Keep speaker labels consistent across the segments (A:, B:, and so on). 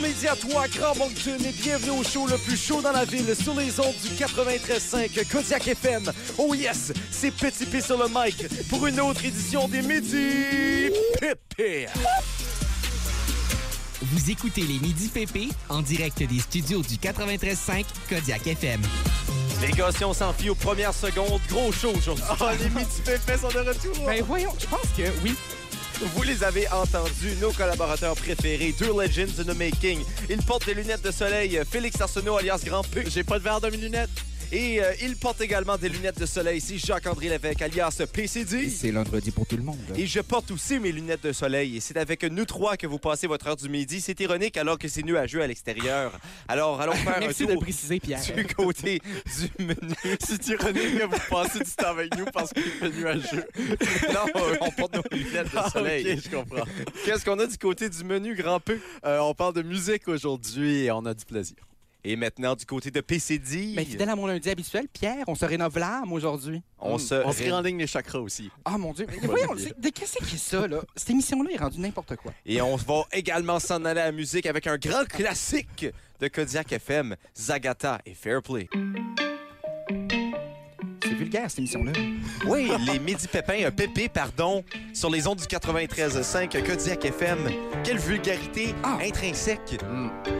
A: midi à toi, Grand Moncton, et bienvenue au show le plus chaud dans la ville sur les ondes du 93.5 Kodiak FM. Oh yes, c'est Petit P sur le mic pour une autre édition des Midi Pépé.
B: Vous écoutez les Midi PP en direct des studios du 93.5 Kodiak FM.
A: Les gars, si on s'en fie aux premières secondes, gros show aujourd'hui. Oh, les Midi Pépé sont de retour.
C: Ben voyons, je pense que oui.
A: Vous les avez entendus, nos collaborateurs préférés, deux legends nommés King. Ils portent des lunettes de soleil, Félix Arsenault alias Grand P.
C: J'ai pas de verre de mes lunettes.
A: Et euh, ils portent également des lunettes de soleil ici, Jacques-André Lévesque alias PCD.
D: C'est lundi pour tout le monde.
A: Et je porte aussi mes lunettes de soleil. Et c'est avec nous trois que vous passez votre heure du midi. C'est ironique alors que c'est nuageux à l'extérieur. Alors, allons faire
C: Merci
A: un
C: de le
A: tour
C: préciser, Pierre.
A: du côté du menu.
E: C'est ironique que vous passez du temps avec nous parce qu'il fait nuageux.
A: Non, euh, on porte nos lunettes de
E: Ah,
A: soleil.
E: ok, je comprends.
A: Qu'est-ce qu'on a du côté du menu, Grand P?
E: Euh, on parle de musique aujourd'hui et on a du plaisir.
A: Et maintenant, du côté de PCD,
C: Mais Ben, fidèle à mon lundi habituel, Pierre, on se rénove l'âme aujourd'hui.
A: Hmm, on
E: Mm.
A: se...
E: on se en ligne les chakras aussi.
C: Ah mon Dieu. Mais
E: Bonne
C: voyons,
E: idée.
C: c'est- de qu'est-ce qui est ça, là? Cette émission-là est rendue n'importe quoi.
A: Et on va également s'en aller à la musique avec un grand classique de Kodiak FM, Zagata et Fairplay.
C: C'est vulgaire, cette émission-là.
A: Oui, les Midi Pépins, un pépé, pardon, sur les ondes du 93.5 Kodiak FM. Quelle vulgarité
C: Ah.
A: intrinsèque.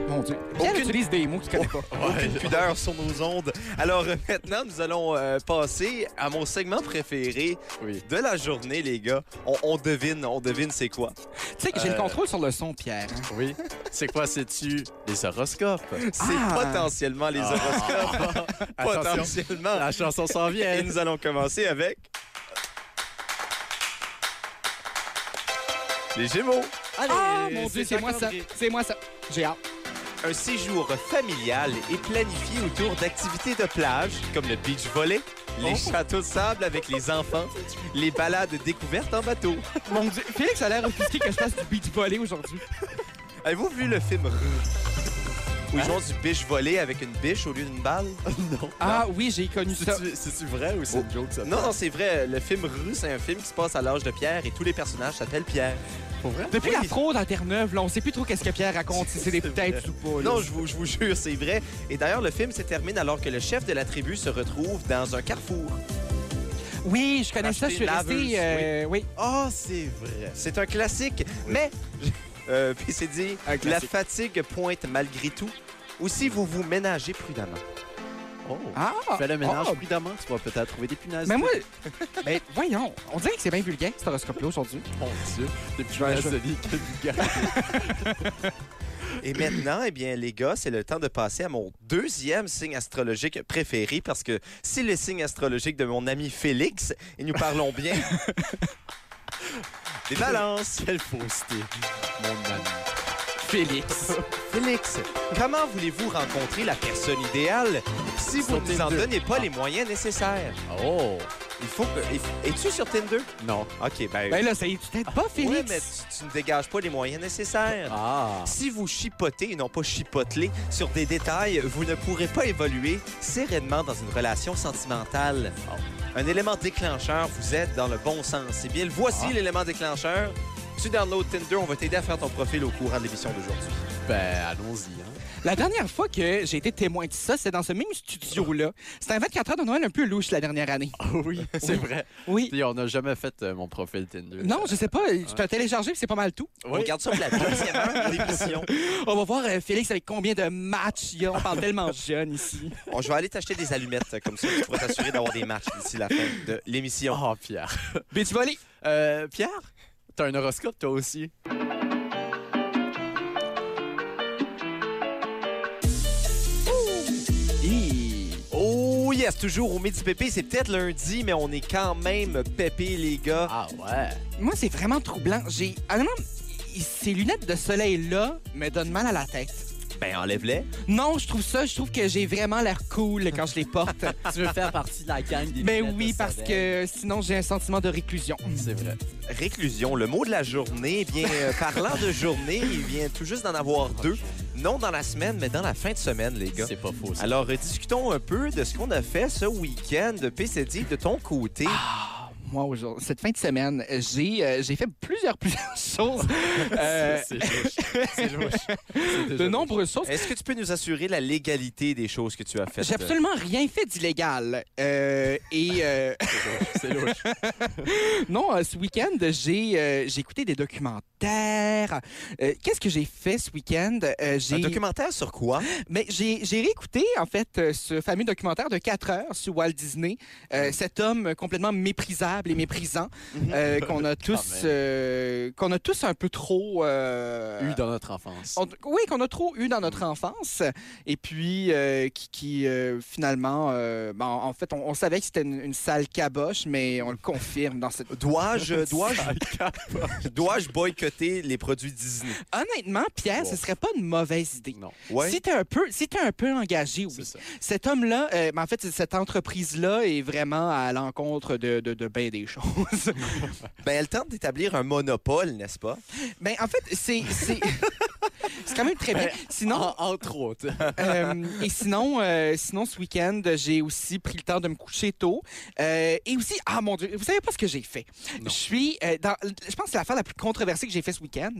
C: Mon Dieu. Pierre
A: Aucune-
C: utilise des mots qu'il connaît pas.
A: Aucune pudeur sur nos ondes. Alors euh, maintenant, nous allons euh, passer à mon segment préféré
E: Oui.
A: de la journée, les gars. On, on devine, on devine c'est quoi.
C: Tu sais que j'ai le
E: Euh,
C: contrôle sur le son, Pierre. hein.
E: Oui. C'est quoi, c'est-tu les horoscopes?
A: C'est
C: Ah.
A: potentiellement les horoscopes.
E: Attention,
A: potentiellement.
E: la chanson s'en vient.
A: Et nous allons commencer avec... Les Gémeaux. Allez,
C: Ah mon Dieu, c'est moi ça. C'est moi ça. J'ai hâte.
A: Un séjour familial est planifié autour d'activités de plage, comme le beach volley, les
E: Oh!
A: châteaux de sable avec les enfants, les balades découvertes en bateau.
C: Mon Dieu, Félix a l'air offusqué que je fasse du beach volley aujourd'hui.
A: Avez-vous vu le film
E: Hein?
A: Rue? Où ils jouent du beach volley avec une biche au lieu d'une balle?
E: non.
C: Ah oui, j'ai connu ça.
E: C'est-tu c'est-tu vrai ou c'est une joke, ça?
A: Non, non, c'est vrai. Le film Rue, c'est un film qui se passe à l'âge de Pierre et tous les personnages s'appellent Pierre.
E: Pour vrai?
C: Depuis
A: Oui.
C: la fraude à Terre-Neuve, là, on sait plus trop qu'est-ce que Pierre raconte, si c'est des
E: C'est
C: têtes ou pas. là.
A: Non, je vous, je vous jure, c'est vrai. Et d'ailleurs, le film se termine alors que le chef de la tribu se retrouve dans un carrefour.
C: Oui, je connais ça, je suis
A: Racheter une
C: resté. euh, oui.
E: Ah, c'est vrai.
A: C'est un classique, mais euh, puis c'est dit
E: Un
A: la
E: classique.
A: fatigue pointe malgré tout. Ou si vous vous ménagez prudemment.
E: Oh.
C: Ah!
E: Fais le ménage
C: Ah.
E: prudemment, tu vas peut-être trouver des punaises.
C: Mais moi, ben voyons, on dirait que c'est bien vulgaire cet horoscope-là aujourd'hui.
E: Oh, Mon Dieu, des punaises de lit, quel vulgaire.
A: Et maintenant, eh bien, les gars, c'est le temps de passer à mon deuxième signe astrologique préféré parce que c'est le signe astrologique de mon ami Félix et nous parlons bien des balances.
E: Quelle fausseté, mon ami.
C: Félix.
A: Félix, comment voulez-vous rencontrer la personne idéale si vous ne
E: Sur
A: vous en
E: Tinder.
A: donnez pas les moyens nécessaires?
E: Oh!
A: Il faut que... il faut- Es-tu sur Tinder?
E: Non.
A: OK, ben...
C: Ben là, ça y est, tu t'aides pas, Félix.
A: Ouais, mais tu, tu ne dégages pas les moyens nécessaires.
E: Ah!
A: Si vous chipotez et non pas chipotelez sur des détails, vous ne pourrez pas évoluer sereinement dans une relation sentimentale.
E: Oh.
A: Un élément déclencheur, vous êtes dans le bon sens. Eh bien, le voici
E: Ah.
A: l'élément déclencheur. Tu download Tinder, on va t'aider à faire ton profil au courant de l'émission d'aujourd'hui.
E: Ben, allons-y, hein.
C: La dernière fois que j'ai été témoin de ça, c'est dans ce même studio-là. C'était un 24 heures de Noël un peu louche la dernière année.
E: Ah oui, c'est vrai.
C: Oui.
E: Puis on n'a jamais fait euh, mon profil Tinder.
C: Non, je sais pas, tu t'as téléchargé, puis c'est pas mal tout.
A: On garde ça pour la deuxième heure de l'émission.
C: On va voir euh, Félix avec combien de matchs il y a. On parle tellement jeune ici.
A: Bon, je vais aller t'acheter des allumettes, comme ça tu pourras t'assurer d'avoir des matchs d'ici la fin de l'émission.
E: Oh, Pierre.
C: Mais tu vas aller.
E: Euh, Pierre, t'as un horoscope, toi aussi?
A: Oh yes, toujours au Midi Pépé, c'est peut-être lundi, mais on est quand même pépé, les gars.
E: Ah ouais.
C: Moi, c'est vraiment troublant. J'ai. ah Honnêtement, i- ces lunettes de soleil-là me donnent mal à la tête.
A: Ben enlève-les.
C: Non, je trouve ça, je trouve que j'ai vraiment l'air cool quand je les porte.
F: Tu veux faire partie de la gang des
E: Ben
C: Mais
F: lunettes
C: oui,
F: de
C: parce
F: soleil.
C: que sinon j'ai un sentiment de réclusion.
E: C'est vrai.
A: Réclusion, le mot de la journée, eh bien euh, parlant de journée, il vient tout juste d'en avoir deux. Non dans la semaine, mais dans la fin de semaine, les gars.
E: C'est pas faux. ça.
A: Alors, euh, discutons un peu de ce qu'on a fait ce week-end, PCD, de ton côté.
C: moi, aujourd'hui, cette fin de semaine, j'ai euh, j'ai fait plusieurs, plusieurs choses. Euh,
A: C'est louche. C'est louche.
C: de nombreuses choses.
A: Est-ce que tu peux nous assurer la légalité des choses que tu as faites?
C: J'ai absolument rien fait d'illégal. Euh, et euh,
A: C'est louche.
C: non, euh, ce week-end, j'ai euh, j'ai écouté des documentaires. Euh, Qu'est-ce que j'ai fait ce week-end? Euh,
A: Un
C: j'ai-
A: documentaire sur quoi?
C: Mais j'ai j'ai réécouté, en fait, euh, ce fameux documentaire de 4 heures sur Walt Disney, Euh, cet homme complètement méprisable et méprisant euh, qu'on a tous
A: même.
C: euh, qu'on a tous un peu trop euh,
E: eu dans notre enfance.
C: on- oui, qu'on a trop eu dans notre enfance, et puis euh, qui, qui, euh, finalement, euh, ben, en fait, on, on savait que c'était une, une sale caboche, mais on le confirme dans cette.
A: Dois-je dois-je dois-je boycotter les produits Disney?
C: Honnêtement, Pierre, ce
A: Wow.
C: serait pas une mauvaise idée.
A: Non. Ouais.
C: Si t'es un peu, si t'es un peu engagé, oui.
A: C'est ça.
C: Cet homme-là, euh, ben, en fait, cette entreprise-là est vraiment à l'encontre de, de, de bien des choses.
A: Ben, elle tente d'établir un monopole, n'est-ce pas?
C: ben, en fait, c'est. C'est c'est quand même très bien.
A: Euh,
C: Sinon,
E: En- entre autres.
A: ah.
C: euh, et sinon, euh, sinon, ce week-end, j'ai aussi pris le temps de me coucher tôt. Euh, et aussi, ah mon Dieu, vous savez pas ce que j'ai fait. Je suis, euh, dans, je pense que c'est l'affaire la plus controversée que j'ai fait ce week-end.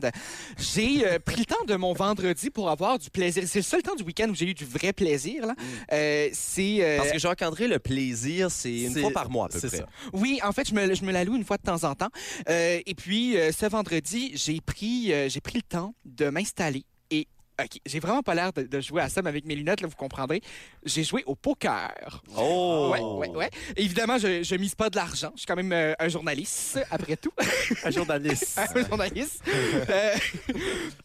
C: J'ai euh, pris le temps de mon vendredi pour avoir du plaisir. C'est le seul temps du week-end où j'ai eu du vrai plaisir. Là. Euh, c'est euh,
A: Mmh. Parce que Jacques-André, le plaisir, c'est une
E: C'est-
A: fois par mois, à peu
E: c'est
A: près.
E: ça.
C: Oui, en fait, je me, je me la loue une fois de temps en temps. Euh, et puis, euh, ce vendredi, j'ai pris, euh, j'ai pris le temps de m'installer. Et, OK, j'ai vraiment pas l'air de, de jouer à ça, mais avec mes lunettes, là, vous comprendrez. J'ai joué au poker.
A: Oh!
C: Ouais, ouais, ouais. Évidemment, je, je mise pas de l'argent. Je suis quand même euh, un journaliste, après tout.
E: Un journaliste.
C: un journaliste. Euh,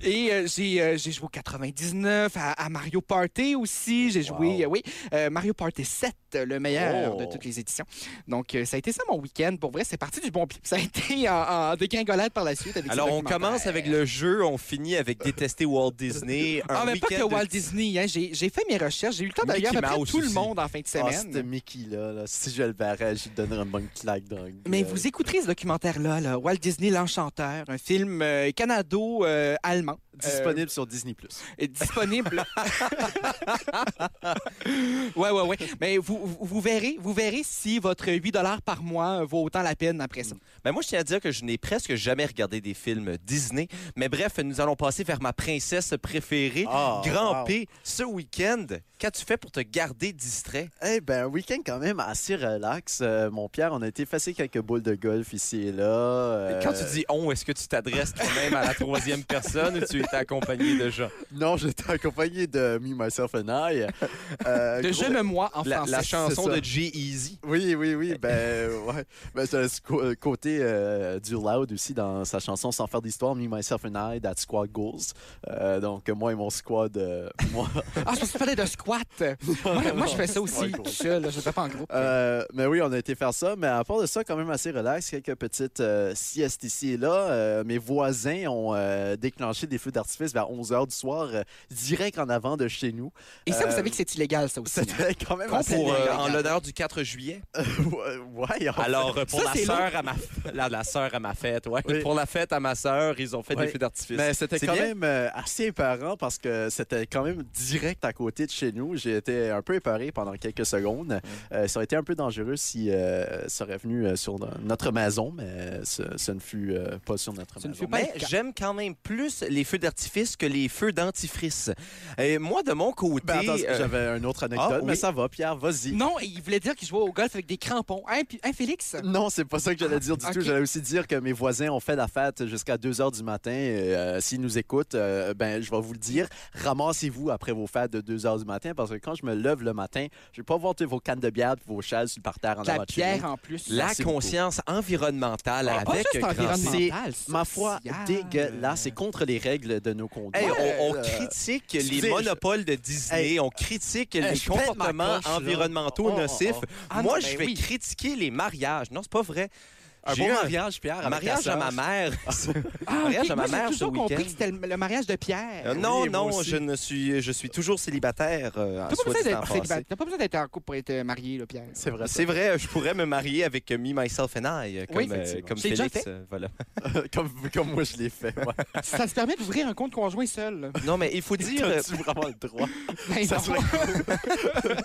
C: et euh, j'ai euh, j'ai joué au 99, à, à Mario Party aussi. J'ai joué,
A: Wow.
C: euh, oui, euh, Mario Party 7, euh, le meilleur
A: Oh.
C: de toutes les éditions. Donc, euh, ça a été ça mon week-end. Pour vrai, c'est parti du bon pied. Ça a été en, en dégringolade par la suite. Avec
A: Alors,
C: ce
A: on
C: documentaire.
A: commence avec le jeu, on finit avec détester Walt Disney. Un
C: Ah, mais pas que
A: week-end de-
C: Walt Disney. hein. J'ai j'ai fait mes recherches. J'ai eu le temps d'ailleurs
A: Mickey
C: à peu près
A: Mouse
C: tout le
A: aussi.
C: monde en fin de
E: Ah,
C: semaine.
E: ce Mickey-là, là, si je le verrais, je lui donnerais une bonne claque dans le
C: Mais
E: gueule.
C: vous écouterez ce documentaire-là, là, Walt Disney l'Enchanteur, un film euh, canado-allemand.
A: Euh,
E: Disponible sur Disney+.
C: est disponible. ouais, ouais, ouais. Mais vous, vous- vous verrez, vous verrez si votre 8 par mois vaut autant la peine après ça.
A: Ben, moi, je tiens à dire que je n'ai presque jamais regardé des films Disney. Mais bref, nous allons passer vers ma princesse préférée,
E: Ah,
A: Grand
E: wow.
A: P, ce week-end. Qu'as-tu fait pour te garder distrait?
E: Eh ben, un week-end quand même assez relax. Euh, mon Pierre, on a été facile quelques boules de golf ici et là. Euh,
A: Quand tu dis on, est-ce que tu t'adresses toi-même à la troisième personne ou tu es accompagné de gens?
E: Non, j'étais accompagné de Me, Myself and I. Euh,
C: De
E: gros-
C: Je me moi en
A: La,
C: français.
A: la chanson
E: c'est ça.
A: de G-Eazy.
E: Oui, oui, oui. Ben, ouais. Ben, c'est le sco- euh, côté euh, du loud aussi dans sa chanson Sans faire d'histoire, Me, Myself and I, That Squad Goals. Euh, donc, moi et mon squad, euh, moi.
C: Ah, je pensais que tu parlais de squat. moi, moi, je fais ça aussi. tout seul, là, je ne fais pas en groupe.
E: Euh, mais oui, on a été faire ça. Mais à part de ça, quand même assez relax. Quelques petites euh, siestes ici et là. Euh, mes voisins ont euh, déclenché des feux d'artifice vers 11 h du soir, euh, direct en avant de chez nous.
C: Et ça, vous
E: euh,
C: savez que c'est illégal, ça aussi. hein.
E: C'était quand même assez
A: Pour, euh,
E: légal.
A: en l'honneur du 4 juillet.
E: ouais, en fait.
A: Alors, euh, pour
C: Ça,
A: la
C: c'est
A: sœur à ma f- la, la sœur à ma fête, ouais.
E: Oui.
A: Pour la fête à ma sœur, ils ont fait
E: Oui.
A: des feux d'artifice.
E: Mais c'était
A: C'est
E: quand
A: bien?
E: même euh, assez épeurant parce que c'était quand même direct à côté de chez nous. J'ai été un peu épeuré pendant quelques secondes. Euh, ça aurait été un peu dangereux si euh, ça aurait venu euh, sur no- notre maison, mais ce, ce ne fut euh, pas sur notre
C: Ce ne
E: maison.
C: fut pas-
A: Mais
C: le cas.
A: j'aime quand même plus les feux d'artifice que les feux dentifrice. Et moi, de mon côté,
E: Ben, attends,
A: euh,
E: j'avais une autre anecdote,
A: ah, oui.
E: mais ça va, Pierre, vas-y. Non.
C: Non, il voulait dire qu'il jouait au golf avec des crampons. Hein, puis- hein, Félix?
E: c'est pas ça que j'allais dire du
C: ok.
E: tout. J'allais aussi dire que mes voisins ont fait la fête jusqu'à 2 h du matin. Et, euh, S'ils nous écoutent, euh, ben, je vais vous le dire, ramassez-vous après vos fêtes de 2 h du matin parce que quand je me lève le matin, je vais pas voir tous vos cannes de bière puis vos châles sur le parterre en
C: De la
E: avant de chez nous.
C: pierre en plus.
A: la
E: Merci beaucoup.
A: conscience environnementale
C: Ah, pas
A: avec
C: juste
A: Grand C.
C: environnemental,
E: Ma foi,
C: social.
E: dégueulasse. C'est contre les règles de nos conduites.
A: Hey, on, on
E: Euh,
A: critique
E: excusez,
A: les
E: je-
A: monopoles de Disney,
E: Hey,
A: on critique
E: hey,
A: les
E: je pète ma
A: comportements
E: coche, là.
A: environnementaux
E: Oh, oh,
A: nocifs.
E: oh.
C: Ah,
A: Moi,
C: non,
A: je
C: ben
A: vais
C: oui.
A: critiquer les mariages. Non, c'est pas vrai.
E: Un
A: J'ai
E: bon
A: eu un
E: mariage, Pierre. avec ta
A: mariage à
E: sœur.
A: ma mère.
C: Ah,
A: mariage
C: ok.
A: à ma
C: Moi, j'ai
A: mère ce
C: toujours compris
A: week-end.
C: que c'était le, le mariage de Pierre.
A: Euh, non,
E: oui, moi
A: non,
E: aussi.
A: je ne suis, je suis toujours célibataire. euh,
C: T'as pas,
A: soit
C: besoin
A: dit en
C: d'être
A: passant.
C: célibataire. T'as pas besoin d'être en couple pour être euh, marié, là, Pierre.
E: C'est vrai.
A: C'est vrai, euh, je pourrais me marier avec euh, me, myself and I, euh, comme,
C: Oui,
A: euh,
E: effectivement.
A: comme
C: Je l'ai déjà
A: Félix.
C: fait.
A: euh, voilà.
E: ça. comme, comme moi, je l'ai fait. ouais.
C: Ça se permet d'ouvrir un compte conjoint seul. là.
A: Non, mais il faut dire. euh,
E: T'as-tu vraiment le droit?
C: Ben
E: Ça
C: non.
E: serait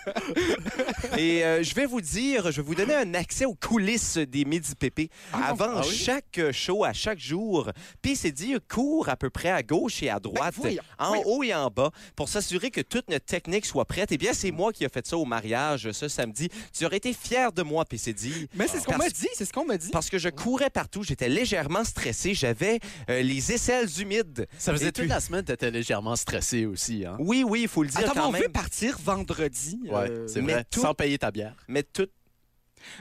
A: Et euh, je vais vous dire, je vais vous donner un accès aux coulisses des Midi Pépé. Avant
E: Ah oui?
A: chaque euh, show, à chaque jour, PCD euh, court à peu près à gauche et à droite,
C: Ben, voyons,
A: en
C: voyons.
A: haut et en bas, pour s'assurer que toute notre technique soit prête. Eh bien, c'est moi qui ai fait ça au mariage euh, ce samedi. Tu aurais été fier de moi, PCD.
C: Mais c'est ce qu'on
A: Parce-
C: m'a dit, c'est ce qu'on m'a dit.
A: Parce que je courais partout, j'étais légèrement stressé, j'avais euh, les aisselles humides.
E: Ça
A: Et
E: faisait
A: puis-
E: toute la semaine, t'étais légèrement stressé aussi, hein?
A: Oui, oui, il faut le dire
C: Attends, mais
A: quand
C: on
A: même.
C: veut partir vendredi.
E: Ouais,
C: euh,
E: c'est
A: mais
E: vrai.
A: tout-
E: Sans payer ta bière.
A: Mais tout.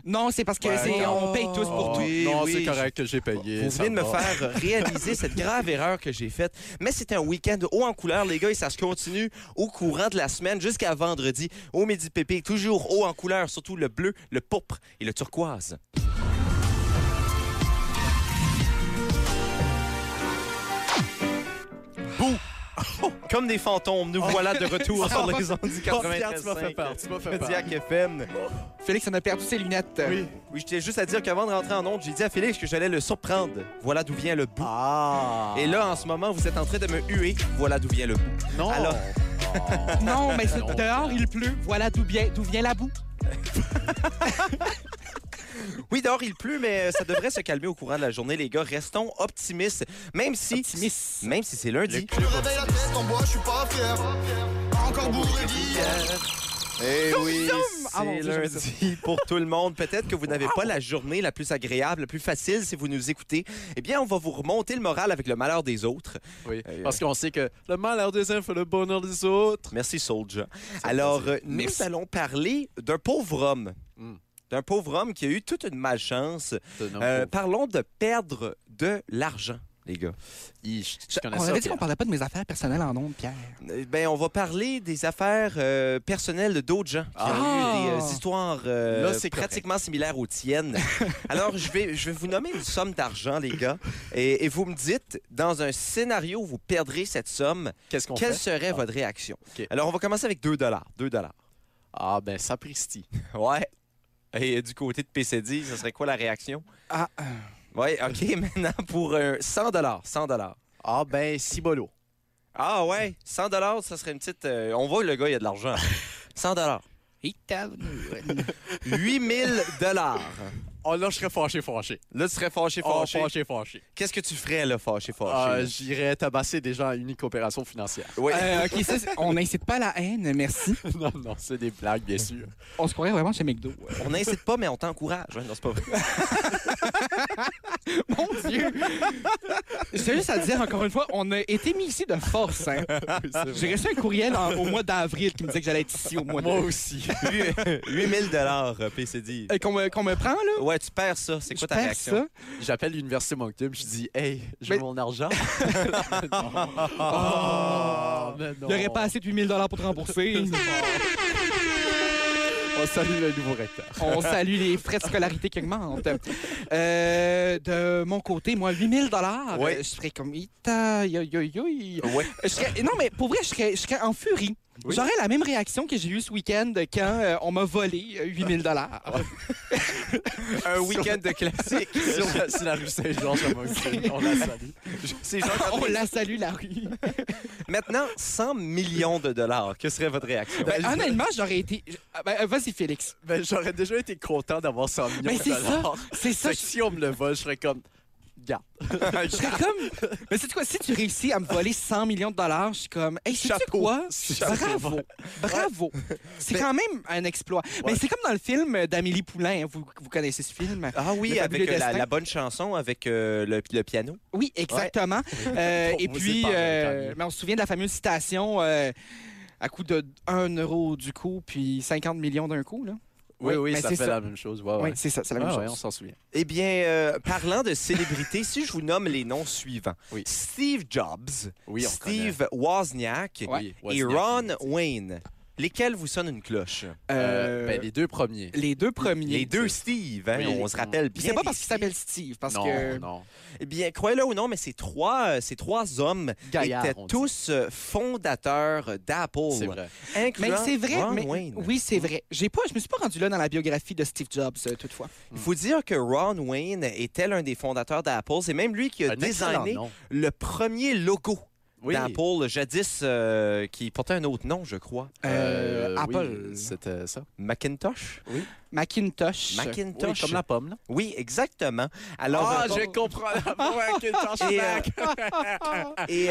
C: Non, c'est parce que
E: Ouais,
C: c'est-
E: non.
C: on paye tous pour
A: Oh.
C: tout.
A: Oui,
E: non,
A: oui,
E: c'est
A: je-
E: correct que j'ai payé.
A: Vous
E: ça
A: venez de me
E: va.
A: faire réaliser cette grave erreur que j'ai faite. Mais c'était un week-end haut en couleur, les gars, et ça se continue au courant de la semaine jusqu'à vendredi. Au Midi Pépé, toujours haut en couleur, surtout le bleu, le pourpre et le turquoise. Bouh! Comme des fantômes, nous voilà de retour sur l'horizon du
E: Oh, Pierre, tu m'as fait
A: 85.
E: peur, tu m'as fait peur.
A: Kodiak FM.
C: Félix en a perdu ses lunettes.
E: Oui.
A: Oui, je tiens juste à dire qu'avant de rentrer en onde, j'ai dit à Félix que j'allais le surprendre. Voilà d'où vient le bout.
E: Ah!
A: Et là, en ce moment, vous êtes en train de me huer. Voilà d'où vient le bout.
E: non!
A: alors-
C: Non, mais c'est-
E: Non.
C: dehors, il pleut. Voilà d'où bien- d'où vient la boue.
A: Oui, dehors, il pleut, mais euh, ça devrait se calmer au courant de la journée, les gars. Restons optimistes, même si...
C: Optimistes.
A: Même si c'est lundi.
G: Je réveille la tête en bois, je suis pas fier. Encore bourré d'hier.
A: Eh oui,
C: Ah, mon
A: c'est
C: Dieu, j'aime
A: lundi pour tout le monde. Peut-être que vous n'avez pas la journée la plus agréable, la plus facile si vous nous écoutez. Eh bien, on va vous remonter le moral avec le malheur des autres.
E: Oui,
A: Euh,
E: parce qu'on sait que le malheur des uns fait le bonheur des autres.
A: Merci, Soulja. Alors, euh, nous
C: Merci.
A: allons parler d'un pauvre homme.
E: Mm.
A: D'un pauvre homme qui a eu toute une malchance. Euh,
E: Euh,
A: parlons de perdre de l'argent, les gars.
E: hi, je- je
C: Je-
E: connais
C: on
E: ça,
C: avait dit
E: Pierre.
C: qu'on parlait pas de mes affaires personnelles en ondes, Pierre.
A: Euh, Ben, on va parler des affaires euh, personnelles d'autres gens qui ont eu
C: Ah!
A: des euh, histoires euh,
E: Là, c'est correct.
A: pratiquement similaires aux tiennes. Alors, je vais, je vais vous nommer une somme d'argent, les gars, et, et vous me dites, dans un scénario où vous perdrez cette somme,
E: Qu'est-ce qu'on
A: quelle
E: fait?
A: serait
E: Ah.
A: votre réaction?
E: OK.
A: Alors, on va commencer avec 2 dollars. 2 dollars.
E: Ah, ben, sapristi.
A: Ouais. Et euh, du côté de PCD, ça serait quoi la réaction?
C: Ah, euh,
A: Ouais, OK, maintenant pour un 100 dollars. 100 dollars.
E: Ah, ben, cibolo.
A: Ah ouais, 100 dollars, ça serait une petite euh, on voit le gars, il a de l'argent. 100 dollars.
C: il t'a-
A: 8000 dollars.
E: Oh, là, je serais fâché, fâché.
A: Là, tu serais fâché,
E: Oh,
A: fâché.
E: fâché, fâché.
A: Qu'est-ce que tu ferais, là, fâché,
E: Ah,
A: fâché?
E: J'irais tabasser des gens à unique coopération financière.
A: oui.
C: Euh, ok, ça, c'est- on n'incite pas à la haine, merci.
E: non, non, c'est des blagues, bien sûr.
C: On se croirait vraiment chez McDo.
A: On n'incite pas, mais on t'encourage. Ouais, non, c'est pas vrai.
C: Mon Dieu! J'ai juste à dire encore une fois, on a été mis ici de force. hein. J'ai reçu un courriel en- au mois d'avril qui me disait que j'allais être ici au mois
E: Moi
C: de...
E: aussi.
A: 8000 dollars, PCD.
C: Euh, qu'on me, qu'on me prend, là.
A: Ouais, tu perds ça. C'est quoi
C: Je
A: ta
C: perds
A: réaction?
C: ça.
E: J'appelle l'Université Moncton, je dis Hey, j'ai
C: Mais-
E: mon argent.
A: Ah.
C: Oh.
E: mais non.
C: Il n'y aurait pas assez de 8000 pour te rembourser.
E: On salue le nouveau recteur.
C: On salue les frais de scolarité qui augmentent. Euh, de mon côté, moi, 8000 dollars, euh,
A: Ouais.
C: je serais comme... Ita, yo, yo, yo, yo.
A: Ouais.
C: Je serais- Non, mais pour vrai, je serais, je serais en furie.
E: Oui.
C: J'aurais la même réaction que j'ai eue ce week-end quand euh, on m'a volé 8000 dollars.
A: Un week-end de classique.
E: Si, on- si la rue Saint-Georges à Moncton, on la salue.
A: C'est genre-
C: On la salue, la rue.
A: Maintenant, 100 millions de dollars. Que serait votre réaction?
E: Ben,
C: Honnêtement, j'aurais été. Ah, ben, Vas-y, Félix.
E: ben, j'aurais déjà été content d'avoir 100 millions
C: Ben,
E: de
C: c'est ça.
E: dollars.
C: C'est ça.
E: Fait
C: Je
E: que si on me le vole, je serais comme. Garde.
C: je serais comme. Mais c'est quoi, si tu réussis à me voler 100 millions de dollars, je suis comme. Hey, sais-tu
E: Chapeau.
C: quoi?
E: Chapeau.
C: Bravo. Bravo. C'est quand même un exploit. Mais c'est comme dans le film d'Amélie Poulain. hein. Vous, vous connaissez ce film?
A: Ah oui,
C: Le
A: avec
C: fabuleux
A: euh, la,
C: destin.
A: la bonne chanson, avec euh, le, le piano.
C: Oui, exactement. Euh,
E: Bon,
C: et
E: vous,
C: puis,
E: c'est pareil,
C: euh,
E: quand même.
C: mais on se souvient de la fameuse citation euh, à coût de 1 euro du coup, puis 50 millions d'un coup. Là.
E: Oui, oui,
C: mais ben,
E: ça
C: c'est
E: fait
C: ça.
E: la même chose. Ouais, ouais.
C: Oui, c'est ça, c'est la
E: Ah
C: même
E: ouais, on
C: chose.
E: s'en souvient.
A: Eh bien, euh, parlant de célébrités, si je vous nomme les noms suivants,
E: Oui.
A: Steve Jobs,
E: Oui, on
A: Steve Wozniak
E: connaît. Oui,
A: et
E: Wozniak. Euh,
A: Ron Wayne. lesquels vous sonne une cloche?
C: Euh,
E: ben, les deux premiers.
C: les deux premiers.
A: Les deux Steve, hein,
E: Oui.
A: on se rappelle
C: Puis
A: bien.
C: C'est pas
A: des
C: parce qu'il
A: Steve.
C: s'appelle Steve, parce
E: non,
C: que.
E: non.
A: Eh Bien, croyez-le ou non, mais ces trois, euh, ces trois hommes
E: Gaillard,
A: étaient
E: on dit.
A: tous euh, fondateurs
E: C'est
A: d'Apple.
E: vrai.
C: Mais
A: incluant
C: c'est vrai.
A: Ron
C: mais-
A: Wayne.
C: Oui, c'est vrai. J'ai pas, je me suis pas rendu là dans la biographie de Steve Jobs, euh, toutefois.
E: Hmm.
A: Il faut dire que Ron Wayne était l'un des fondateurs d'Apple. C'est même lui qui a
E: Un excellent
A: designé
E: nom.
A: le premier logo
E: Oui.
A: d'Apple, jadis euh, qui portait un autre nom, je crois.
C: Euh,
E: Euh,
C: Apple.
E: oui, C'était ça.
A: Macintosh?
C: Macintosh.
E: Oui,
A: Macintosh.
E: comme la pomme, là. Ah,
A: Oui, exactement. Alors, Apple-
E: comprendre. Ah,
A: Et, euh, et,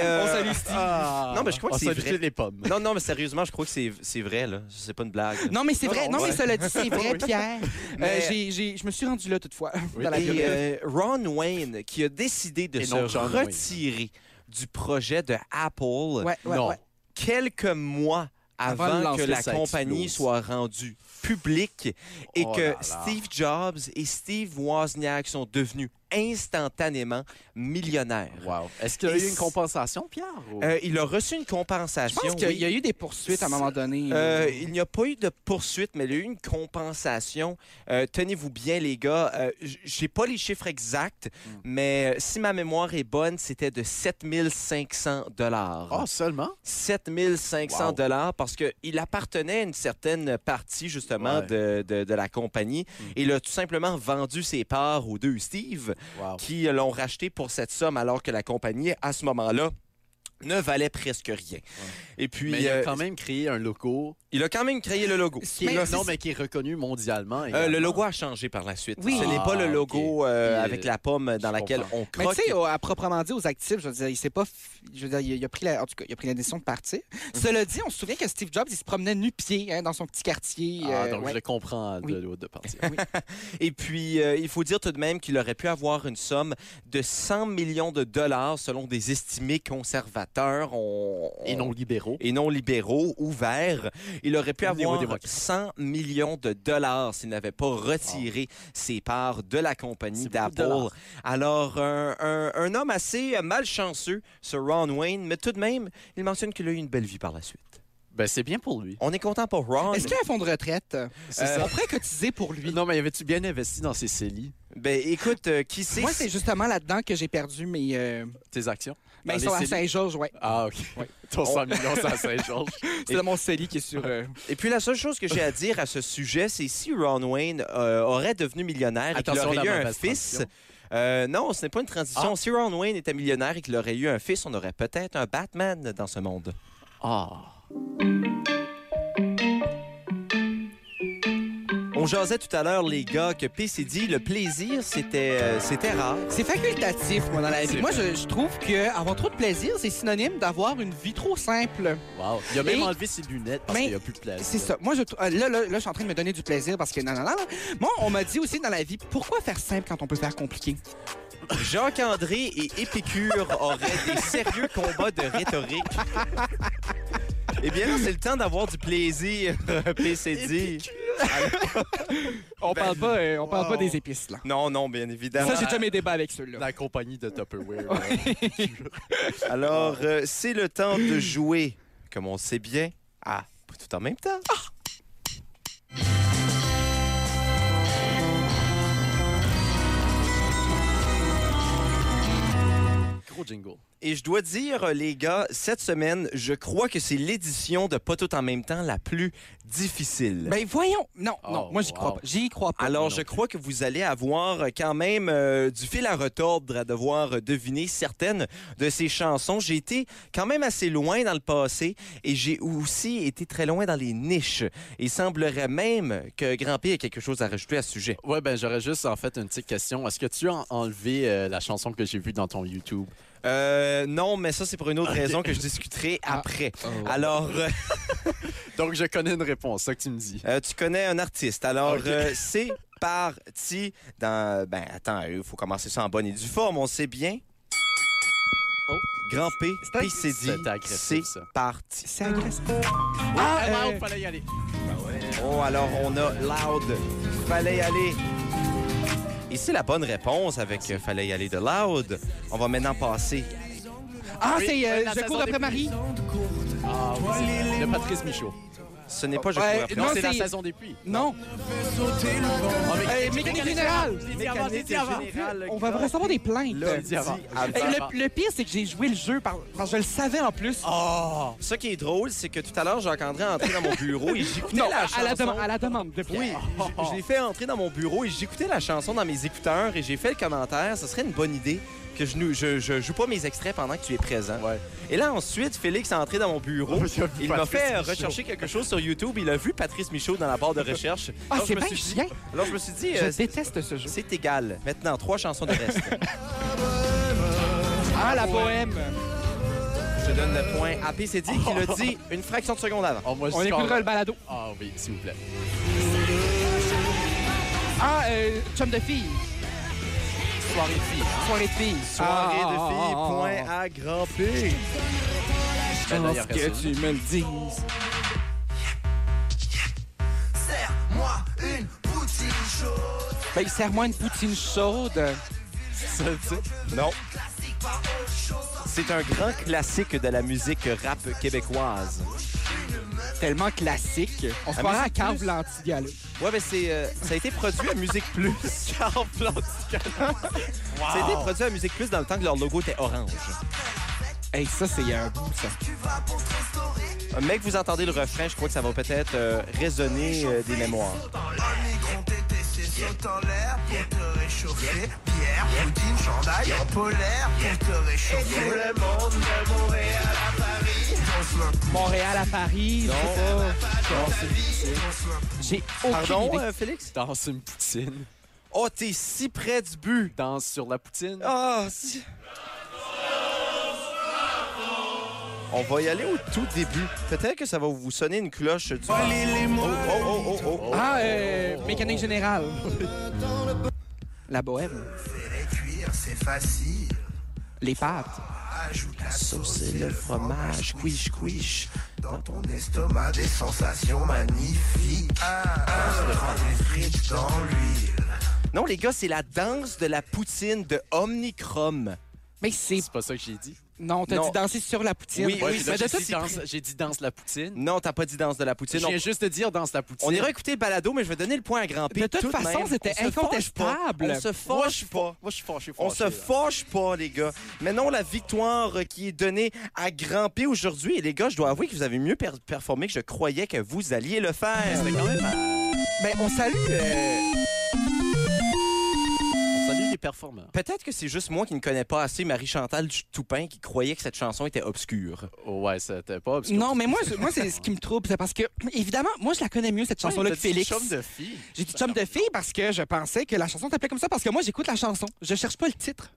A: euh, Non, mais je crois que
E: ah. On
A: c'est
E: s'est
A: vrai.
E: jeté les pommes.
A: Non, non, mais sérieusement, je crois que c'est c'est vrai, là. C'est pas une blague. là.
C: Non, mais c'est
A: Non,
C: vrai.
A: non,
C: Non,
A: ouais.
C: mais cela dit, c'est vrai, Pierre. Euh,
A: Mais-
C: j'ai- j'ai- je me suis rendu là, toutefois,
E: Oui.
C: dans la
A: Et,
C: biographie.
A: euh, Ron Wayne, qui a décidé de
E: Et
A: se
E: non John Wayne.
A: retirer du projet de Apple
C: Ouais, ouais,
E: non.
C: ouais.
A: quelques mois
C: Avant
A: avant,
C: de lancer
A: que la
E: ça
A: compagnie
E: explose.
A: soit rendue publique et
E: Oh
A: que
E: là là.
A: Steve Jobs et Steve Wozniak sont devenus instantanément millionnaires.
E: Wow. Est-ce qu'il y a
A: Et
E: eu une
A: c-
E: compensation, Pierre? ou-
A: Euh, il a reçu une
C: Je
A: compensation.
C: pense qu'il
A: oui.
C: y a eu des poursuites à un moment donné.
A: Euh, il n'y a pas eu de poursuite, mais il y a eu une compensation. Euh, Tenez-vous bien, les gars. Euh, j- J'ai pas les chiffres exacts,
C: Hmm.
A: mais euh, si ma mémoire est bonne, c'était de 7500 dollars.
C: Oh
E: Ah, seulement?
A: 7500
E: Wow.
A: dollars parce qu'il appartenait à une certaine partie justement
E: Ouais. Mm.
A: de, de- de la compagnie. Et Il a tout simplement vendu ses parts aux deux Steve
E: Wow.
A: qui l'ont racheté pour cette somme alors que la compagnie à ce moment-là ne valait presque rien. Et puis,
E: Mais il
A: euh,
E: a quand même créé un logo
A: il a quand même créé le logo.
E: qui
C: Mais
E: est,
C: c'est-
E: non, mais qui est reconnu mondialement.
A: Euh, le
E: également.
A: logo a changé par la suite.
C: Oui.
A: Ce n'est pas
E: Ah,
A: le logo euh,
E: Puis, euh,
A: avec la pomme dans
E: je
A: laquelle
E: comprends.
A: on
C: Mais
A: croque.
C: tu sais, au- à proprement dit, aux actifs, je veux dire, il s'est pas. f- Je veux dire, il a- il a pris la, en tout cas, il a pris la décision de partir. Cela dit, on se souvient que Steve Jobs, il se promenait nu-pied hein, dans son petit quartier.
E: Ah,
C: euh,
E: donc
C: ouais.
E: je le comprends de
C: Oui.
E: l'autre de partie.
A: Et puis, euh, il faut dire tout de même qu'il aurait pu avoir une somme de 100 millions de dollars selon des estimés conservateurs on-
E: Et non libéraux.
A: et non libéraux ou verts. Il aurait pu
E: Au niveau
A: avoir
E: démocrate.
A: 100 millions de dollars s'il n'avait pas retiré ses parts de la compagnie
E: C'est beaucoup de
A: d'Apple.
E: dollars.
A: Alors, un, un- un homme assez euh, malchanceux, ce Ron Wayne, mais tout de même, il mentionne qu'il a eu une belle vie par la suite.
E: Ben, c'est bien pour lui.
A: On est content pour Ron.
C: Est-ce Euh, qu'il y a un fonds de retraite?
E: C'est
A: ça.
C: On pourrait cotiser pour lui.
E: Euh, Non, mais avait-tu bien investi dans ses CELI,
A: Ben, écoute, euh, qui sait
C: Moi,
A: si-
C: c'est justement là-dedans que j'ai perdu mes. euh,
E: tes actions?
C: ben,
E: Dans
C: ils sont à
E: les CELI?
C: Saint-Georges, ouais.
E: Ah, OK. Ton 100 millions, c'est à Saint-Georges.
C: C'est dans mon CELI qui est sur. euh,
A: Et puis, la seule chose que j'ai à dire à ce sujet, c'est si Ron Wayne euh, aurait devenu millionnaire
E: Attention,
A: et qu'il
E: la
A: aurait eu un
E: mauvaise
A: fils...
E: transition. Ah.
A: euh, non, ce n'est pas une transition. Si Ron Wayne était millionnaire et qu'il aurait eu un fils, on aurait peut-être un Batman dans ce monde.
E: Ah.
A: On jasait tout à l'heure, les gars, que PCD, le plaisir, c'était euh, c'était rare.
C: C'est facultatif, moi, dans la vie.
E: C'est
C: Moi, je, je trouve que avoir trop de plaisir, c'est synonyme d'avoir une vie trop simple.
E: Wow. Il a même
C: Et-
E: enlevé ses lunettes parce
C: Mais-
E: qu'il n'y a plus de place.
C: C'est ça. Moi, je, euh, là, là, là, je suis en train de me donner du plaisir parce que non, non, non. non. Moi, on m'a dit aussi dans la vie, pourquoi faire simple quand on peut faire compliqué?
A: Jacques-André et Épicure auraient des sérieux combats de rhétorique. Eh bien, là, c'est le temps d'avoir du plaisir, euh, PCD.
C: On
A: Ben,
C: parle pas, euh, on parle
E: wow.
C: pas des épices, là.
A: Non, non, bien évidemment.
C: Ça, j'ai déjà mes débats avec ceux-là.
E: La compagnie de Tupperware. là.
A: Alors, euh, c'est le temps de jouer, comme on le sait bien, à tout en même temps.
E: euh, Gros jingle.
A: Et je dois dire, euh, les gars, cette semaine, je crois que c'est l'édition de Pas tout en même temps la plus difficile.
C: Ben voyons. Non, non,
E: Oh,
C: moi, j'y crois
E: wow.
C: pas. J'y crois pas.
A: alors, je crois que vous allez avoir euh, quand même euh, du fil à retordre à devoir euh, deviner certaines de ces chansons. J'ai été quand même assez loin dans le passé et j'ai aussi été très loin dans les niches. Il semblerait même que Grand P ait quelque chose à rajouter à ce sujet.
E: Ouais, ben j'aurais juste en fait une petite question. Est-ce que tu as enlevé euh, la chanson que j'ai vue dans ton YouTube?
A: Euh, non, mais ça, c'est pour une autre raison que je discuterai
C: Ah.
A: après. Alors, euh,
E: Donc je connais une réponse, ça que tu me dis.
A: euh, tu connais un artiste. Alors,
E: Ok.
A: euh, c'est parti dans... Ben, attends, il faut commencer ça en bonne et due forme, on sait bien.
C: Oh.
A: Grand P,
C: C'est un-
A: PCD,
E: C'était
A: c'est
E: agressif, ça.
A: parti.
C: C'est agressif.
E: Ah,
C: euh,
E: non, fallait y aller.
A: Oh, alors, on a Loud, Fallait y aller. Et c'est la bonne réponse avec euh, Fallait y aller de Loud. On va maintenant passer
C: Ah,
E: Oui,
C: c'est euh,
E: la
C: Je
E: saison
C: cours
E: des
C: après Marie.
E: Ah, oui, c'est vrai. de Patrice Michaud.
A: Ce n'est pas Je
C: Ouais,
A: cours après.
C: non,
E: c'est la
C: c'est-
E: saison des pluies.
C: Non. Euh, Mécanique générale.
E: Mécanique générale.
C: On va recevoir des plaintes.
E: Là, dit avant.
C: Hey, le, le pire, c'est que j'ai joué le jeu par... parce que je le savais en plus.
A: Ce qui est drôle, c'est que tout à l'heure, Jacques-André est entré dans mon bureau et j'écoutais
C: non,
A: la
C: à- à, la
A: chanson.
C: dema- à la demande de
A: Oui, Ah, je- je l'ai fait entrer dans mon bureau et j'écoutais la chanson dans mes écouteurs et j'ai fait le commentaire. Ce serait une bonne idée que je, nous- je, je joue pas mes extraits pendant que tu es présent.
E: Ouais.
A: Et là, ensuite, Félix est entré dans mon bureau.
E: Il a vu
A: Il m'a
E: Patrice
A: fait euh,
E: Michaud.
A: rechercher quelque chose sur YouTube. Il a vu Patrice Michaud dans la barre de recherche.
C: Ah,
A: Alors,
C: c'est
A: je me
C: bien
A: suis dit-
C: chien.
A: Alors, je me suis dit, euh,
C: Je déteste ce jeu.
A: c'est égal. Maintenant, trois chansons de reste.
C: Ah, la bohème.
A: je donne le point à PCD qui l'a dit une fraction de seconde avant.
E: Oh, moi, je
C: On
E: dis qu'on-
C: écoutera le balado.
E: Ah oui, s'il vous plaît.
C: Ah, euh, chum de fille. Soirée de fille. Soirée de fille. Ah,
E: Ah.
A: Soirée de filles, point à grand P.
E: Ben, là, il y aurait ça.
C: tu me le dises.
G: Serre-moi une poutine chaude.
C: Ben, serre-moi une poutine chaude.
A: Non. C'est un grand classique de la musique rap québécoise.
C: Tellement classique. On se
A: Ah,
C: croirait
A: mais
C: à
A: c'est
C: Carve
A: plus-
C: Lantigala.
A: Ouais, mais c'est, euh, ça a été produit à Musique Plus. Carl Planticanon. Ça a été produit à Musique Plus dans le temps que leur logo était orange.
C: Hey, ça, c'est il y a un bout, ça.
A: Euh, Mec, vous entendez le refrain, je crois que ça va peut-être euh, résonner euh, des mémoires.
G: Un micron tété, c'est saute en l'air pour te réchauffer. Pierre, poutine, chandail en polaire pour te réchauffer. Tout le monde de Montréal à Paris. Danse un pouce,
C: Montréal à Paris, je sais pas. J'ai aucune
A: oh. Pardon,
C: idée.
A: euh, Félix?
E: Danse une poutine.
A: Oh, t'es si près du but.
E: Danse sur la poutine.
A: Ah, si. On va y aller au tout début. Peut-être que ça va vous sonner une cloche du... Oh, oh, oh, oh, oh.
C: Ah, euh, mécanique générale. La bohème.
G: les cuirs, c'est facile.
C: Les pâtes.
G: Ajoute la sauce et le fromage, quiche, quiche. Dans ton estomac, des sensations magnifiques. Ah, ah, prends des frites dans l'huile.
A: Non, les gars, c'est la danse de la poutine de Omnicrom.
C: Mais c'est...
E: C'est pas ça que j'ai dit.
C: Non, t'as
A: Non.
C: dit danser sur la poutine.
A: Oui, oui,
E: Ouais, puis
A: mais
E: là,
A: de
E: j'ai
A: ça,
E: dit
A: c'est
E: danse- J'ai dit danse la poutine.
A: Non, t'as pas dit danse de la
E: Je
A: poutine.
E: viens
A: On,
E: juste de dire danse la poutine.
A: on ira écouter le balado, mais je vais donner le point à Grand P.
C: De toute
A: tout
C: façon,
A: même.
C: c'était
A: On se fâche pas.
C: incontestable.
A: On se
E: Moi, je
A: fâche
E: suis
A: pas.
E: pas. Moi, je suis fâché.
A: On
E: fâché,
A: se
E: là.
A: fâche pas, les gars. Mais non, la victoire euh, qui est donnée à Grand P aujourd'hui. Et les gars, je dois avouer que vous avez mieux per- performé que je croyais que vous alliez le faire.
E: C'était quand même. hein.
C: Ben, on salue... euh,
E: On salue les performeurs.
A: Peut-être que c'est juste moi qui ne connais pas assez Marie-Chantal du Toupin qui croyait que cette chanson était obscure.
E: Oh, ouais, c'était pas. obscur.
C: Non, mais moi, je- moi c'est ce qui me trouble. C'est parce que, évidemment, moi, je la connais mieux, cette chanson-là,
E: T'as
C: que
E: dit
C: Félix.
E: chum de fille.
C: J'ai dit chum de fille parce que je pensais que la chanson s'appelait comme ça parce que moi, j'écoute la chanson. Je cherche pas le titre.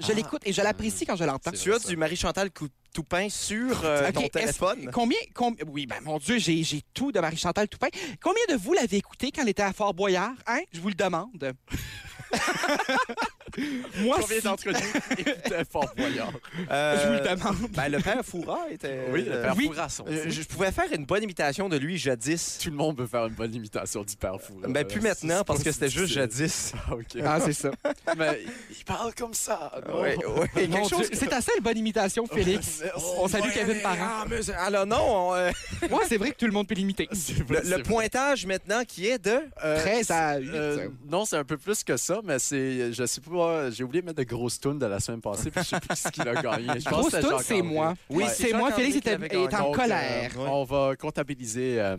C: Je l'écoute et je l'apprécie quand je l'entends.
E: C'est
A: Tu as
E: ça.
A: du Marie-Chantal Cou- Toupin sur euh,
C: Ok,
A: ton
C: est-ce-
A: téléphone?
C: Combien, com- Oui, ben mon Dieu, j'ai j'ai tout de Marie-Chantal Toupin. Combien de vous l'avez écouté quand elle était à Fort Boyard? Hein? Je vous le demande. moi,
E: Combien
C: si,
E: d'entre nous écoutaient Fort Boyard?
A: Euh,
C: je vous le demande.
A: Ben, le père Foura était.
E: Oui, le
A: euh,
E: père
C: oui.
E: Fouras, on
A: euh,
E: dit.
A: je je pouvais faire une bonne imitation de lui jadis.
E: Tout le monde peut faire une bonne imitation du père Fouras.
A: Ben, plus
E: Ah, C'est-
A: maintenant,
E: c'est
A: parce
E: pas
A: que
E: si
A: c'était juste jadis.
E: difficile. Ah, OK.
C: Ah, c'est ça.
E: Mais Ah, il parle comme ça. non?
A: Ouais, ouais,
C: Mon
A: quelque
C: Dieu,
A: chose.
C: C'est ta seule bonne imitation, Félix. On salue Kevin Parent.
A: Ah, mais c'est- Alors, non, on, euh,
C: Moi, c'est vrai que tout le monde peut l'imiter.
E: C'est
A: le,
E: vrai,
A: le
E: c'est
A: pointage maintenant qui est de.
E: vrai. Euh,
C: 13 à 8.
E: euh, non, c'est un peu plus que ça, mais c'est. Je sais pas. J'ai oublié de mettre de grosses tunes de la semaine passée, puis je sais plus qui qui l'a gagné. Je pense que
C: Grosse
E: c'était
C: toune,
E: Jacques
C: c'est
E: André.
C: moi.
A: Oui,
E: Ouais.
A: c'est
C: c'est moi.
A: Jacques-André
C: Félix
A: qui
C: était,
A: l'avait
C: est en
A: gagné.
E: Donc, euh,
C: colère.
A: Ouais.
E: On va comptabiliser euh,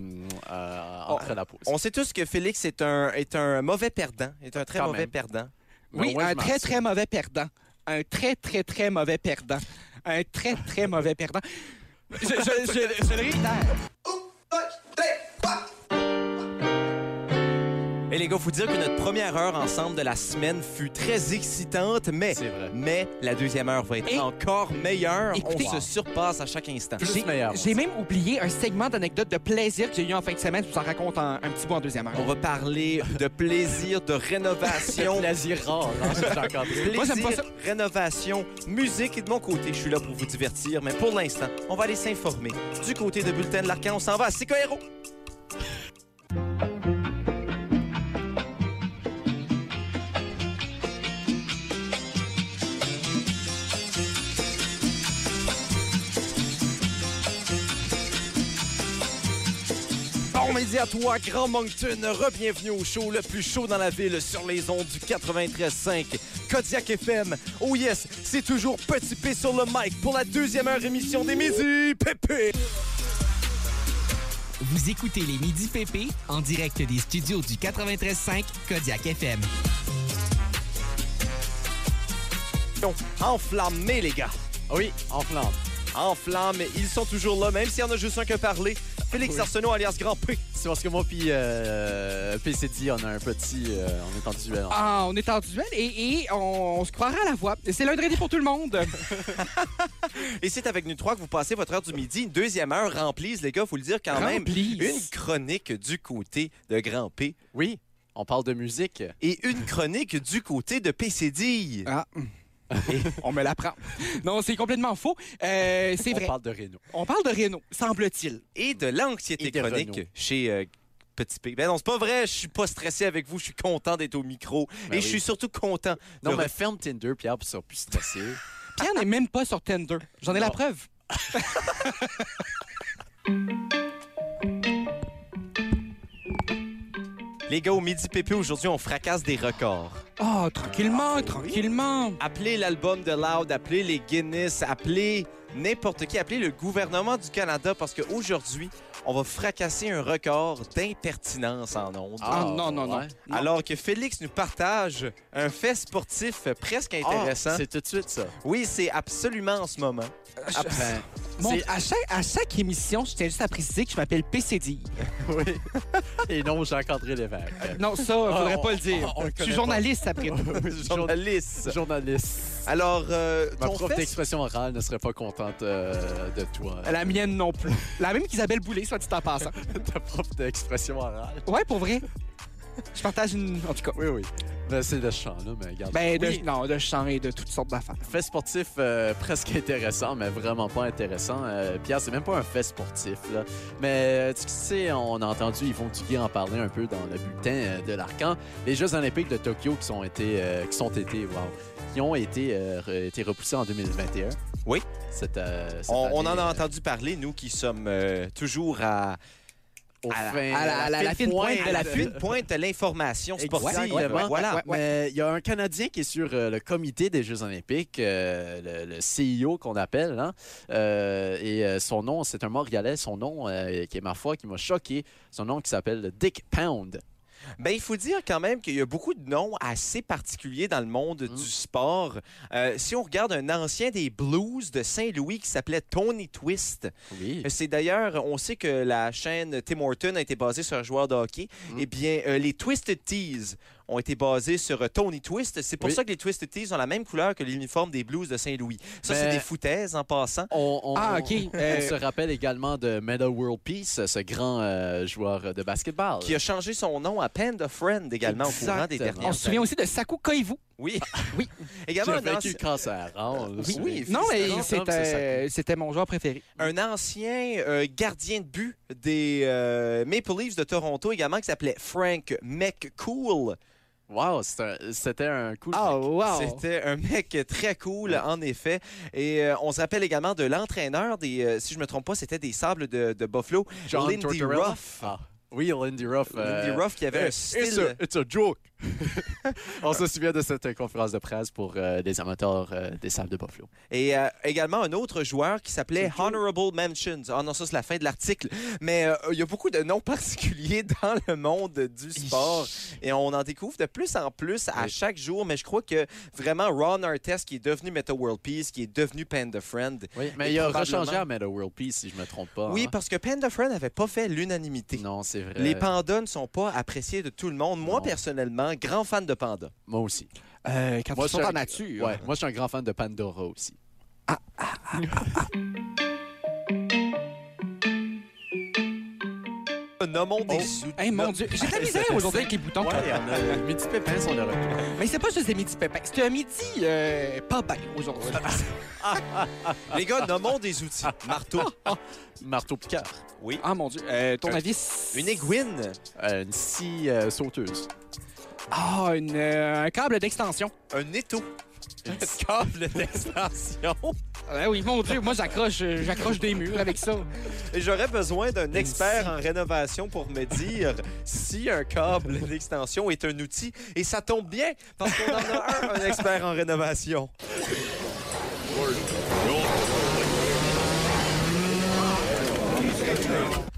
E: euh, entre la pause.
A: On sait tous que Félix est un, est un mauvais perdant, est un très
E: Quand
A: mauvais
E: même.
A: perdant.
E: Mais
C: Oui,
E: Ah, ouais,
C: un
E: je m'en
C: très,
E: souviens.
C: très mauvais perdant. Un très, très, très mauvais perdant. Un très, très mauvais perdant. Je, je- je- je le réitère.
A: Et les gars, faut dire que notre première heure ensemble de la semaine fut très excitante, mais,
E: C'est vrai.
A: mais la deuxième heure va être
C: Et-
A: encore meilleure.
C: Écoutez-
A: On se surpasse à chaque instant.
E: Plus
C: J'ai-
E: meilleur,
C: J'ai même oublié un segment d'anecdotes de plaisir que j'ai eu en fin de semaine. Je vous en raconte en- un petit bout en deuxième heure.
A: On va parler de plaisir, de rénovation.
E: Plaisir rare, hein, c'est Jacques-André.
A: Plaisir,
C: Moi, j'aime pas ça.
A: rénovation, musique et de mon côté, je suis là pour vous divertir, mais pour l'instant, on va aller s'informer. Du côté de Bulletin de l'Arcan, on s'en va à Secoero.
H: Bon midi à toi, Grand Moncton. Re-bienvenue au show le plus chaud dans la ville sur les ondes du 93.5 Kodiak FM. Oh yes, c'est toujours Petit P sur le mic pour la deuxième heure émission des Midi Pépé.
B: Vous écoutez les Midi PP en direct des studios du 93.5 Kodiak FM.
A: Enflammés, les gars.
E: Oui, en flamme.
A: Enflammés. Ils sont toujours là, même s'il y en a juste un qui a parlé. Félix
E: Oui.
A: Arsenault, alias Grand P.
E: C'est parce que moi puis euh, PCD, on a un petit... euh, on est en duel. ensemble.
C: Ah, on est en duel et, et on, on se croira à la voix. C'est lundi pour tout le monde.
A: Et c'est avec nous trois que vous passez votre heure du midi. Une deuxième heure remplie, les gars, faut le dire quand même.
C: Remplis.
A: Une chronique du côté de Grand P
E: Oui, on parle de musique.
A: et une chronique du côté de PCD.
C: Ah. on me l'apprend. Non, c'est complètement faux. Euh, c'est
E: on
C: vrai.
E: parle de Renault.
C: On parle de Renault, semble-t-il.
A: et de l'anxiété
E: Et de
A: chronique
E: Renault.
A: chez euh, Petit P. Ben non, c'est pas vrai, je suis pas stressé avec vous, je suis content d'être au micro et
E: Ben oui.
A: je suis surtout content. de
E: Non, mais
A: re-
E: ferme Tinder, Pierre, puis ça sera plus stressé.
C: Pierre n'est même pas sur Tinder. J'en ai la preuve.
A: les gars au midi PP aujourd'hui, on fracasse des records.
C: Oh, tranquillement, tranquillement.
A: Appelez l'album de Loud, appelez les Guinness, appelez n'importe qui, appelez le gouvernement du Canada parce qu'aujourd'hui, on va fracasser un record d'impertinence en ondes.
C: Ah, non, non, non. non.
A: Alors que Félix nous partage un fait sportif presque
C: Ah,
A: intéressant.
E: Intéressant. Ah, c'est tout de suite ça.
A: oui, c'est absolument en ce moment.
E: Ben,
C: Mon-
E: c'est-
C: à, chaque, à chaque émission, je tiens juste à préciser que je m'appelle PCD.
E: oui. Et non, Jacques-André Lévesque.
C: Non, ça, faudrait
E: on-
C: pas le dire.
E: on- on le
C: je suis
E: connaît
C: journaliste après tout.
E: Journa-
A: Journaliste.
E: Journaliste.
A: Alors, euh,
E: Ma
A: ton
E: prof
A: fait-
E: d'expression orale ne serait pas contente euh, de toi.
C: La mienne non plus. La même qu'Isabelle Boulay, soit dit en passant.
E: Ta prof d'expression orale.
C: Ouais, pour vrai. Je partage une. En tout cas.
E: Oui, oui. Ben, c'est le chant, là, mais regarde.
C: Ben, de,
E: Oui.
C: non, de chant et de toutes sortes d'affaires.
E: Fait sportif euh, presque intéressant, mais vraiment pas intéressant. Euh, Pierre, c'est même pas un fait sportif. Là. Mais euh, tu sais, on a entendu Yvon Duguay en parler un peu dans le bulletin euh, de l'Arcan. Les Jeux olympiques de Tokyo qui sont été, euh, qui sont été, wow, qui ont été, euh, re- été repoussés en 2021.
A: Oui.
E: Cette, euh, cette
A: on, on en
E: année,
A: a
E: euh,
A: entendu parler, nous qui sommes euh, toujours à,
E: au
A: à la-
E: fin-
C: à la- à la- la fine pointe
A: à la fine pointe de l'information sportive.
E: Exactement.
A: Voilà.
C: Ouais, ouais.
E: Mais il y a un Canadien qui est sur euh, le comité des Jeux olympiques, euh, le, le CIO qu'on appelle, hein, euh, et euh, son nom, c'est un Montréalais, son nom euh, qui est ma foi, qui m'a choqué, son nom qui s'appelle Dick Pound.
A: Ben, il faut dire quand même qu'il y a beaucoup de noms assez particuliers dans le monde
E: Mm.
A: du sport. Euh, si on regarde un ancien des Blues de Saint-Louis qui s'appelait Tony Twist,
E: Oui.
A: C'est d'ailleurs, on sait que la chaîne Tim Horton a été basée sur un joueur de hockey.
E: Mm.
A: Eh bien, euh, les Twisted Tees ont été basés sur euh, Tony Twist. C'est pour
E: Oui.
A: ça que les Twisted Tees ont la même couleur que l'uniforme des Blues de Saint-Louis. Ça, c'est
E: Mais-
A: des foutaises en passant.
E: On, on-
C: Ah, OK.
E: on-
C: Euh,
E: on se rappelle également de Meta World Peace, ce grand euh, joueur de basketball.
A: Qui a changé son nom à Panda Friend également au courant des
E: euh, Exactement.
A: dernières
C: On se souvient
A: années.
C: aussi de Saku Koivu.
A: Oui.
C: Oui.
E: Qui
A: également,
E: a
A: un,
E: vaincu
A: anci-
E: le cancer. hein, on le
A: Oui,
E: sait.
A: oui.
C: Non, mais
A: Félicitations,
C: c'était-
A: c'est
C: c'était mon joueur préféré.
A: un ancien euh, gardien de but des euh, Maple Leafs de Toronto également qui s'appelait Frank McCool.
E: Wow, c'est un- c'était un, cool. mec.
C: Oh, wow.
A: C'était un mec très cool, en effet. Et euh, on se rappelle également de l'entraîneur des, euh, si je me trompe pas, c'était des Sables de, de Buffalo,
E: John
A: Lindy
E: Tortorella.
A: Ruff.
E: Ah, Oui, Lindy Ruff. euh,
A: Lindy Ruff qui avait un
E: It's- it's
A: style.
E: a- it's a joke. On se souvient de cette euh, conférence de presse pour euh, les amateurs euh, des sables de Buffalo.
A: Et euh, également un autre joueur qui s'appelait Honorable Mentions. Ah non, ça c'est la fin de l'article. Mais euh, il y a beaucoup de noms particuliers dans le monde du sport. Et on en découvre de plus en plus à
E: Oui.
A: chaque jour. Mais je crois que vraiment Ron Artest qui est devenu Meta World Peace, qui est devenu Panda Friend.
E: Oui, mais
A: Et
E: il a
A: probablement-
E: rechangé à Meta World Peace, si je me trompe pas.
A: Oui,
E: hein.
A: parce que Panda Friend n'avait pas fait l'unanimité.
E: Non, c'est vrai.
A: Les pandas ne sont pas appréciés de tout le monde. Moi,
E: Non.
A: personnellement, grand fan de pandas.
E: Moi aussi.
C: Euh, quand
E: Moi,
C: ils sont
E: je suis
C: en
E: un-
C: nature.
E: Ouais, moi, je suis un grand fan de Pandora aussi.
A: Nommons des
C: Oh.
A: sous.
C: Hey, mon Dieu, j'ai de la misère aujourd'hui avec les boutons.
E: Midi Pépin sont de retour.
C: Mais c'est pas juste des midi pépins, c'est un midi euh, pas bien aujourd'hui.
A: Les gars, nommons des outils. Marteau,
E: Ah. Marteau Picard.
C: Ah mon Dieu, euh, ton
E: Un-
C: avis?
A: une aiguine,
E: Euh, une scie euh, sauteuse.
C: Ah, une, euh, un câble d'extension.
A: un étau,
E: Une câble d'extension.
C: Ah oui, mon Dieu, moi j'accroche euh, j'accroche des murs avec ça.
A: Et j'aurais besoin d'un expert en rénovation pour me dire si un câble d'extension est un outil. Et ça tombe bien, parce qu'on en a un, un expert en rénovation.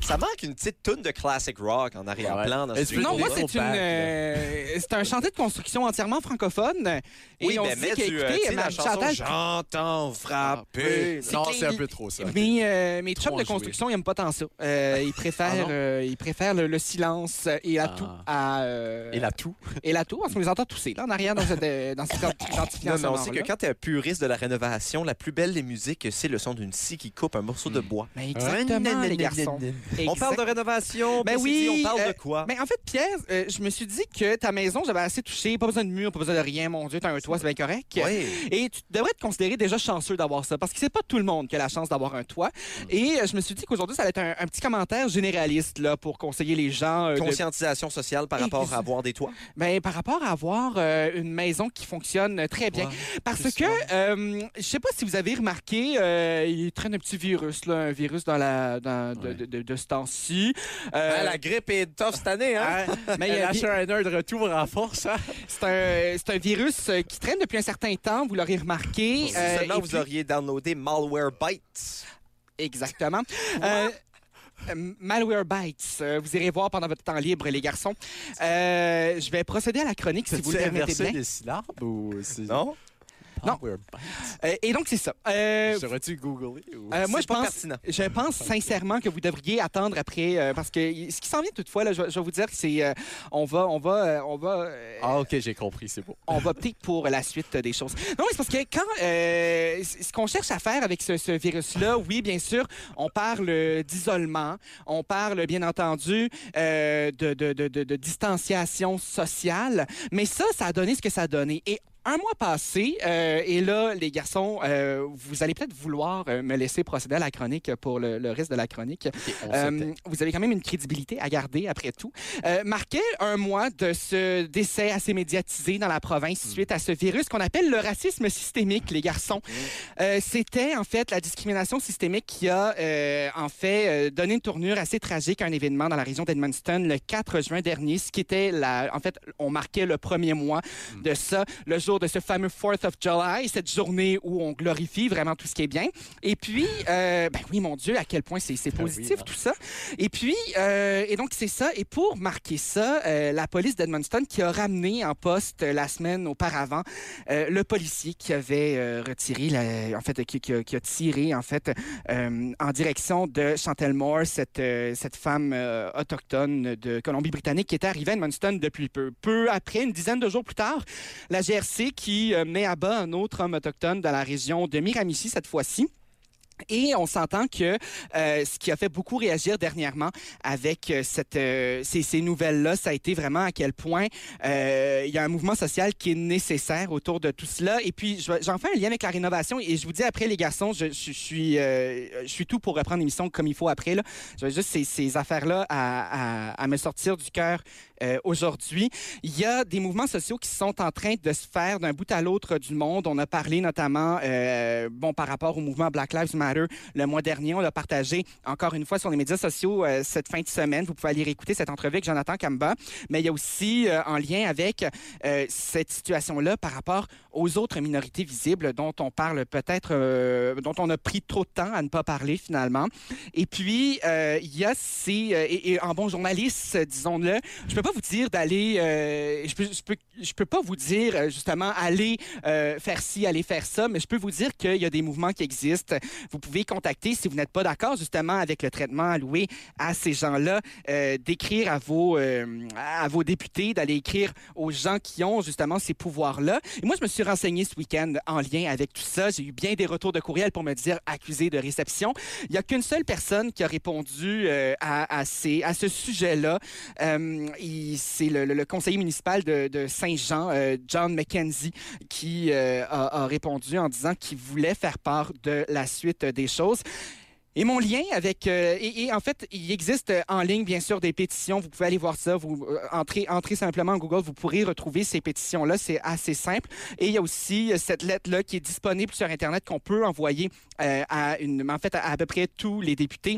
A: Ça manque une petite toune de classic rock en arrière-plan dans
E: Est-ce
A: ce
E: que-
C: Non,
A: vidéo-là.
C: moi
E: des
C: c'est une
E: compacts, là.
C: euh, c'est un chantier de construction entièrement francophone. Et
A: Oui,
C: on
A: ben,
C: se dit
A: mets du, euh,
C: qu'écoutez,
A: tu sais, la
C: ma
A: chanson
C: Chantal-
A: J'entends frapper.
E: Ah, Non,
C: que
E: c'est un
C: les-
E: peu trop ça.
C: Mes, euh, mes chums
E: Trop
C: de
E: enjoué.
C: construction, ils n'aiment pas tant ça. Euh, ils préfèrent,
E: Ah non?
C: euh, ils préfèrent le, le silence et la
E: Ah.
C: toux à. euh,
E: Et la toux.
C: et la toux, parce qu'on les entend tousser, là, en arrière, dans cette, euh, dans cette
A: Non,
C: identifiant
A: non,
C: sonore-là.
A: c'est que quand t'es un puriste de la rénovation, la plus belle des musiques, c'est le son d'une scie qui coupe un morceau de bois.
C: Mais exactement, les garçons.
A: On parle de
C: Exact-
A: rénovation,
C: Ben
A: puis
C: oui,
A: c'est dit, on parle
C: euh,
A: de quoi?
C: Mais en fait, Pierre, euh, je me suis dit que ta maison, j'avais assez touché, pas besoin de mur, pas besoin de rien, mon Dieu, t'as un toit, c'est bien correct.
A: Oui.
C: Et tu devrais te considérer déjà chanceux d'avoir ça, parce que c'est pas tout le monde qui a la chance d'avoir un toit. Et euh, je me suis dit qu'aujourd'hui, ça allait être un, un petit commentaire généraliste là, pour conseiller les gens euh, de-
A: Conscientisation sociale par
C: Et-
A: rapport à avoir des toits.
C: ben, par rapport à avoir euh, une maison qui fonctionne euh, très bien. Parce que, euh, je sais pas si vous avez remarqué, euh, il traîne un petit virus, là, un virus dans la, dans, de, de- de- de ce temps-ci. Euh,
A: grippe est tough cette année, hein?
C: mais
E: Euh,
C: il y a-
E: H1N1 de retour en force. hein?
C: C'est un, c'est un virus euh, qui traîne depuis un certain temps, vous l'aurez remarqué.
A: Si
C: euh,
A: seulement
C: et
A: Oh, vous
C: puis-
A: auriez downloadé Malwarebytes.
C: Exactement. Euh, euh, Malware Bytes, euh, vous irez voir pendant votre temps libre, les garçons. Euh, je vais procéder à la chronique, si vous le
E: T'as-tu
C: permettez
E: inversé
C: bien.
E: des syllabes ou c'est. Ah,
A: Non?
C: Non.
E: Power Bank.
C: Euh, et donc, c'est ça. Euh,
E: Saurais-tu googlé ou.
C: euh, moi,
A: C'est
C: je
A: pas
C: pense,
A: pertinent.
C: je pense sincèrement que vous devriez attendre après, euh, parce que y- ce qui s'en vient toutefois, là, je, vais- je vais vous dire que c'est, euh, on va, on va, euh, on va, euh,
E: Ah, ok, j'ai compris, c'est bon.
C: on va opter pour la suite des choses. Non, mais c'est parce que quand euh, c- ce qu'on cherche à faire avec ce, ce virus-là, oui, bien sûr, on parle euh, d'isolement, on parle bien entendu euh, de, de- de- de- de distanciation sociale, mais ça, ça a donné ce que ça a donné. Et un mois passé, euh, et là, les garçons, euh, vous allez peut-être vouloir euh, me laisser procéder à la chronique pour le- le reste de la chronique.
E: Ok, on
C: Euh,
E: s'était.
C: vous avez quand même une crédibilité à garder après tout. Euh, marquait un mois de ce décès assez médiatisé dans la province suite à ce virus qu'on appelle le racisme systémique, les garçons. Euh, C'était en fait la discrimination systémique qui a euh, en fait euh, donné une tournure assez tragique à un événement dans la région d'Edmundston le 4 juin dernier, ce qui était la, en fait, on marquait le premier mois de ça, le jour de ce fameux 4th of July, cette journée où on glorifie vraiment tout ce qui est bien. Et puis, euh, ben oui, mon Dieu, à quel point c'est c'est
E: oui,
C: positif
E: hein.
C: tout ça. Et puis, euh, et donc c'est ça. Et pour marquer ça, euh, la police d'Edmundston qui a ramené en poste euh, la semaine auparavant euh, le policier qui avait euh, retiré, la- en fait, qui, qui a, qui a tiré en fait euh, en direction de Chantel Moore, cette euh, cette femme euh, autochtone de Colombie-Britannique qui était arrivée à Edmundston depuis peu, peu après, une dizaine de jours plus tard. La GRC qui euh, met à bas un autre homme autochtone dans la région de Miramichi cette fois-ci. Et on s'entend que euh, ce qui a fait beaucoup réagir dernièrement avec euh, cette, euh, ces, ces nouvelles-là, ça a été vraiment à quel point euh, il y a un mouvement social qui est nécessaire autour de tout cela. Et puis, je vais- j'en fais un lien avec la rénovation. Et je vous dis après, les garçons, je, je- je suis, euh, je suis tout pour reprendre l'émission comme il faut après. Là. J'avais juste ces, ces affaires-là à, à- à me sortir du cœur euh, aujourd'hui. Il y a des mouvements sociaux qui sont en train de se faire d'un bout à l'autre du monde. On a parlé notamment, euh, bon, par rapport au mouvement Black Lives Matter le mois dernier. On l'a partagé encore une fois sur les médias sociaux euh, cette fin de semaine. Vous pouvez aller réécouter cette entrevue avec Jonathan Kamba. Mais il y a aussi euh, en lien avec euh, cette situation-là par rapport aux autres minorités visibles dont on parle peut-être, euh, dont on a pris trop de temps à ne pas parler finalement. Et puis, euh, il y a ces... euh, et, et en bon journaliste, euh, disons-le, je peux pas vous dire d'aller... euh, je, peux, je, peux, je peux pas vous dire, euh, justement, aller euh, faire ci, aller faire ça, mais je peux vous dire qu'il y a des mouvements qui existent. Vous pouvez contacter, si vous n'êtes pas d'accord, justement, avec le traitement alloué à ces gens-là, euh, d'écrire à, vos euh, à vos députés, d'aller écrire aux gens qui ont, justement, ces pouvoirs-là. Et moi, je me suis renseigné ce week-end en lien avec tout ça. J'ai eu bien des retours de courriel pour me dire accusé de réception. Il n'y a qu'une seule personne qui a répondu euh, à, à ces- à ce sujet-là. Euh, il- C'est le, le- le conseiller municipal de, de Saint-Jean, euh, John McKenzie, qui euh, a, a répondu en disant qu'il voulait faire part de la suite des choses. Et mon lien avec... euh, et, et en fait, il existe euh, en ligne, bien sûr, des pétitions. Vous pouvez aller voir ça. Vous euh, entrez, entrez simplement en Google. Vous pourrez retrouver ces pétitions-là. C'est assez simple. Et il y a aussi euh, cette lettre-là qui est disponible sur Internet qu'on peut envoyer euh, à, une, en fait, à, à peu près tous les députés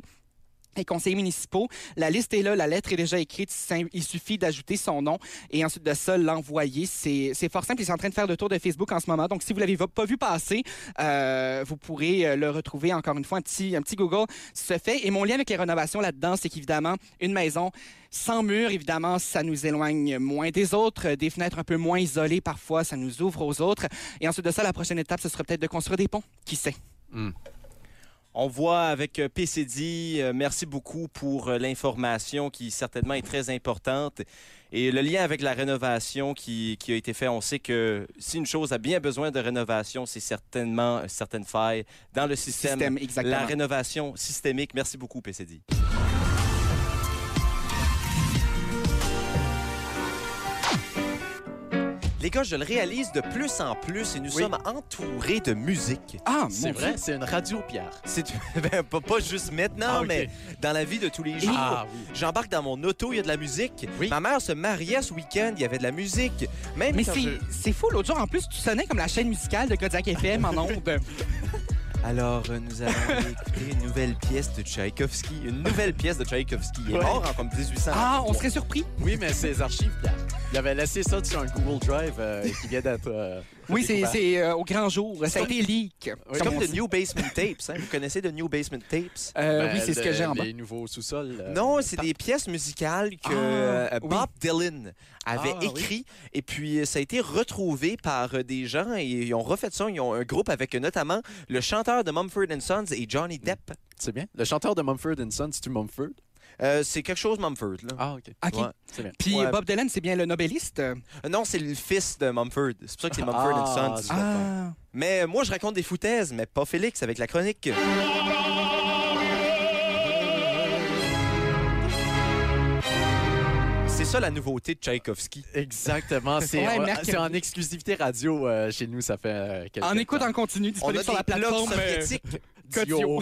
C: et conseillers municipaux. La liste est là, la lettre est déjà écrite. Sim- Il suffit d'ajouter son nom et ensuite de ça, l'envoyer. C'est c'est fort simple. Ils sont en train de faire le tour de Facebook en ce moment. Donc, si vous l'avez pas vu passer, euh, vous pourrez euh, le retrouver encore une fois. Un petit, un petit Google se fait. Et mon lien avec les rénovations là-dedans, c'est qu'évidemment, une maison sans mur, évidemment, ça nous éloigne moins des autres. Des fenêtres un peu moins isolées, parfois, ça nous ouvre aux autres. Et ensuite de ça, la prochaine étape, ce serait peut-être de construire des ponts. Qui sait?
A: On voit avec euh, PCD, euh, merci beaucoup pour euh, l'information qui certainement est très importante. Et le lien avec la rénovation qui, qui a été fait, on sait que si une chose a bien besoin de rénovation, c'est certainement euh, certaines failles dans le système.
C: Système,
A: La
C: exactement.
A: rénovation systémique. Merci beaucoup, PCD. Les gars, je le réalise de plus en plus et nous sommes entourés de musique.
C: Ah,
E: C'est
C: mon Dieu.
E: vrai, c'est une radio, Pierre.
A: C'est ben, pas, pas juste maintenant,
E: Ah, ok. Ah,
A: mais dans la vie de tous les jours.
E: oui.
A: J'embarque dans mon auto, il y a de la musique.
E: Oui.
A: Ma mère se mariait ce week-end, il y avait de la musique. Même
C: Mais
A: quand
C: c'est
A: je-
C: c'est fou, l'autre jour, en plus, tu sonnais comme la chaîne musicale de Kodiak FM en ondes.
A: Alors, euh, nous allons aller écouter une nouvelle pièce de Tchaïkovski. Une nouvelle pièce de Tchaïkovski. Il est
E: Ouais.
A: mort en comme 1800.
C: Ah, on serait surpris.
E: Oui, mais ses archives, Pierre. Il avait laissé ça sur un Google Drive euh, qui vient d'être. euh,
C: Oui, c'est
E: découvert.
C: c'est, euh, au grand jour. Ça a été leak.
A: C'est
C: Comme
A: comme
C: on
A: de
C: dit.
A: New Basement Tapes. hein. Vous connaissez de New Basement Tapes?
C: Euh,
E: Ben,
C: oui, c'est ce
E: le-
C: que j'ai en bas.
E: Les nouveaux sous-sols. euh,
A: Non, c'est des pièces musicales que
C: Ah,
A: euh,
C: oui.
A: Bob Dylan avait
E: Ah, oui.
A: écrit et puis euh, ça a été retrouvé par euh, des gens et ils ont refait ça. Ils ont un groupe avec euh, notamment le chanteur de Mumford Sons et Johnny Depp.
E: C'est bien. Le chanteur de Mumford Sons, c'est-tu Mumford?
A: Euh, c'est quelque chose Mumford. Là.
E: Ah, OK.
C: OK.
A: Ouais.
E: C'est bien.
C: Puis
A: Ouais.
C: Bob Dylan, c'est bien le Nobeliste.
A: Euh, Non, c'est le fils de Mumford. C'est pour ça que c'est Mumford
E: Ah,
A: Sons.
E: c'est-
C: Ah.
A: Mais euh, moi, je raconte des foutaises, mais pas Félix avec la chronique. C'est ça la nouveauté de Tchaïkovski.
E: Exactement. C'est
C: Ouais,
E: on-
C: Mercury.
E: c'est en exclusivité radio euh, chez nous, ça fait euh, quelques
C: En écoute
E: temps.
C: en continu,
A: On
C: disponible
A: a
C: sur la
A: des blocs
C: plateforme. euh,
A: soviétiques.
C: Codio.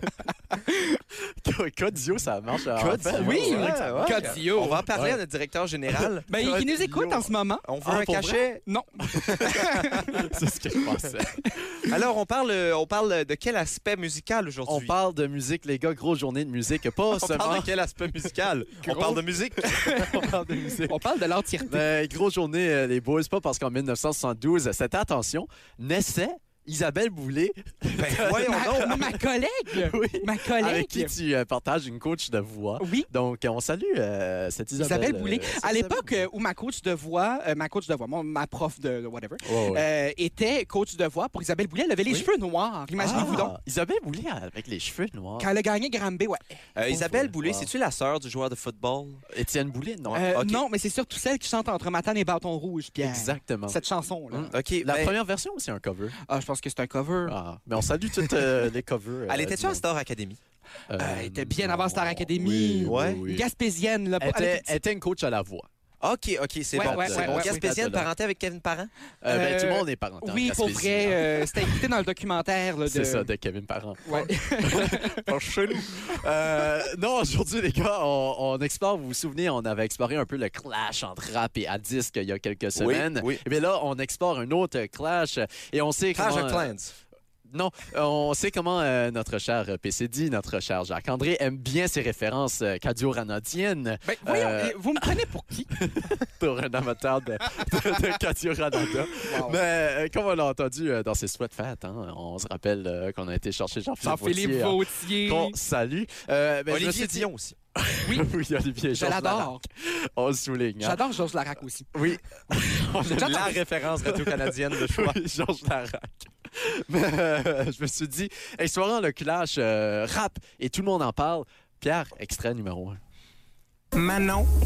E: Codio. Codio, ça marche. en
A: Codio.
E: fait.
C: Oui,
E: Ouais, ouais.
C: Codio.
A: On va en parler
E: Ouais.
A: à notre directeur général.
C: Ben, il, il nous écoute en ce moment.
A: On veut
E: Ah,
A: un
E: pour
A: cachet.
C: Non.
E: C'est ce que je pensais.
A: Alors, on parle, euh, on parle de quel aspect musical
E: On
A: aujourd'hui?
E: parle de musique, les gars. Grosse journée de musique. Pas
A: On parle
E: seulement.
A: de quel aspect musical? on
C: Gros.
A: parle de musique. Ben,
E: On parle de musique.
C: On parle de l'entièreté.
E: Mais grosse journée, euh, les boys. Pas parce qu'en 1972, cette attention naissait Isabelle Boulay,
A: Ben, voyons donc.
C: Ma, ma collègue.
E: Oui.
C: Ma
E: avec qui
C: collègue.
E: tu euh, partages une coach de voix.
C: Oui.
E: Donc, euh, on salue euh, cette Isabelle.
C: Isabelle Boulay.
E: euh, cette
C: À
E: Isabelle
C: l'époque euh, où ma coach de voix, euh, ma coach de voix, mon- ma prof de, de whatever,
E: Boulay. Ouais, ouais.
C: euh, était coach de voix pour Isabelle Boulay, elle avait les
E: Oui.
C: cheveux noirs. Imaginez-vous donc.
E: Ah, Isabelle Boulay avec les cheveux noirs.
C: Quand elle a gagné Gramby, ouais.
A: Euh, Isabelle
E: Wow.
A: Boulay, c'est-tu la sœur du joueur de football?
E: Étienne Boulay, non.
C: Euh,
A: ok.
C: Non, mais c'est surtout celle qui chante entre Matane et Bâton Rouge, Pierre.
E: Exactement.
C: Cette chanson-là.
E: Mm.
A: OK.
E: La
A: ben,
E: première version ou c'est un cover?
C: Ah, je pense que c'est un cover.
E: Ah, mais on salue toutes euh, les covers. euh,
A: elle était-tu
E: du
A: à
E: monde.
A: Star Academy?
E: Euh,
C: Elle était bien
E: non.
C: avant Star Academy.
E: Oui,
A: Ouais.
E: oui, oui.
C: Une Gaspésienne, là.
E: Elle
C: elle
E: était,
C: était-
E: elle était une coach à la voix.
A: OK, OK, c'est
C: Ouais,
A: bon.
C: ouais,
A: c'est
C: ouais,
A: bon.
C: ouais,
A: Gaspésienne,
E: oui.
A: parenté avec Kevin Parent?
E: Euh, ben,
C: Euh,
E: tout le monde est parent. en
C: Oui, pour
E: Gaspésie.
C: vrai, euh, c'était écouté dans le documentaire. là, de...
E: C'est ça, de Kevin Parent.
C: Ouais.
A: Oh,
E: Euh, non, aujourd'hui, les gars, on, on explore, vous vous souvenez, on avait exploré un peu le clash entre rap et à disque il y a quelques semaines.
A: oui.
E: Mais là, on explore un autre clash et on sait
A: Clash
E: comment...
A: of Clans.
E: Non, euh, on sait comment euh, notre cher PCD, notre cher Jacques-André aime bien ses références euh, cadio-ranadiennes
C: Ben, voyons,
E: Euh,
C: vous me prenez pour qui?
E: pour un amateur de, de, de cadio-ranada. Mais euh, comme on l'a entendu euh, dans ses sweats fat, hein, on se rappelle euh, qu'on a été chercher Jean-Philippe
C: Jean-Philippe
E: Vautier, hein,
C: Vautier.
E: qu'on salue. Euh, ben, je me
A: Olivier
E: suis dit-
A: Dion aussi.
E: Oui, Olivier
C: Je
E: Georges
C: l'adore.
E: Larac. hein. On le souligne. hein.
C: J'adore Georges Larac aussi.
E: Oui. On aime
C: J'adore.
A: La référence radio-canadienne de choix.
E: Oui, Georges Larac. Mais euh, je me suis dit, explorant le clash euh, rap et tout le monde en parle, Pierre, extrait numéro un.
G: Manon.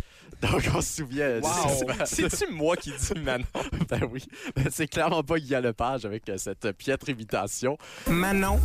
E: Donc, on se souvient. euh,
A: Wow. C'est-tu moi qui dis Manon?
E: Ben oui. Ben, C'est clairement pas Guy Lepage avec euh, cette piètre imitation.
G: Manon.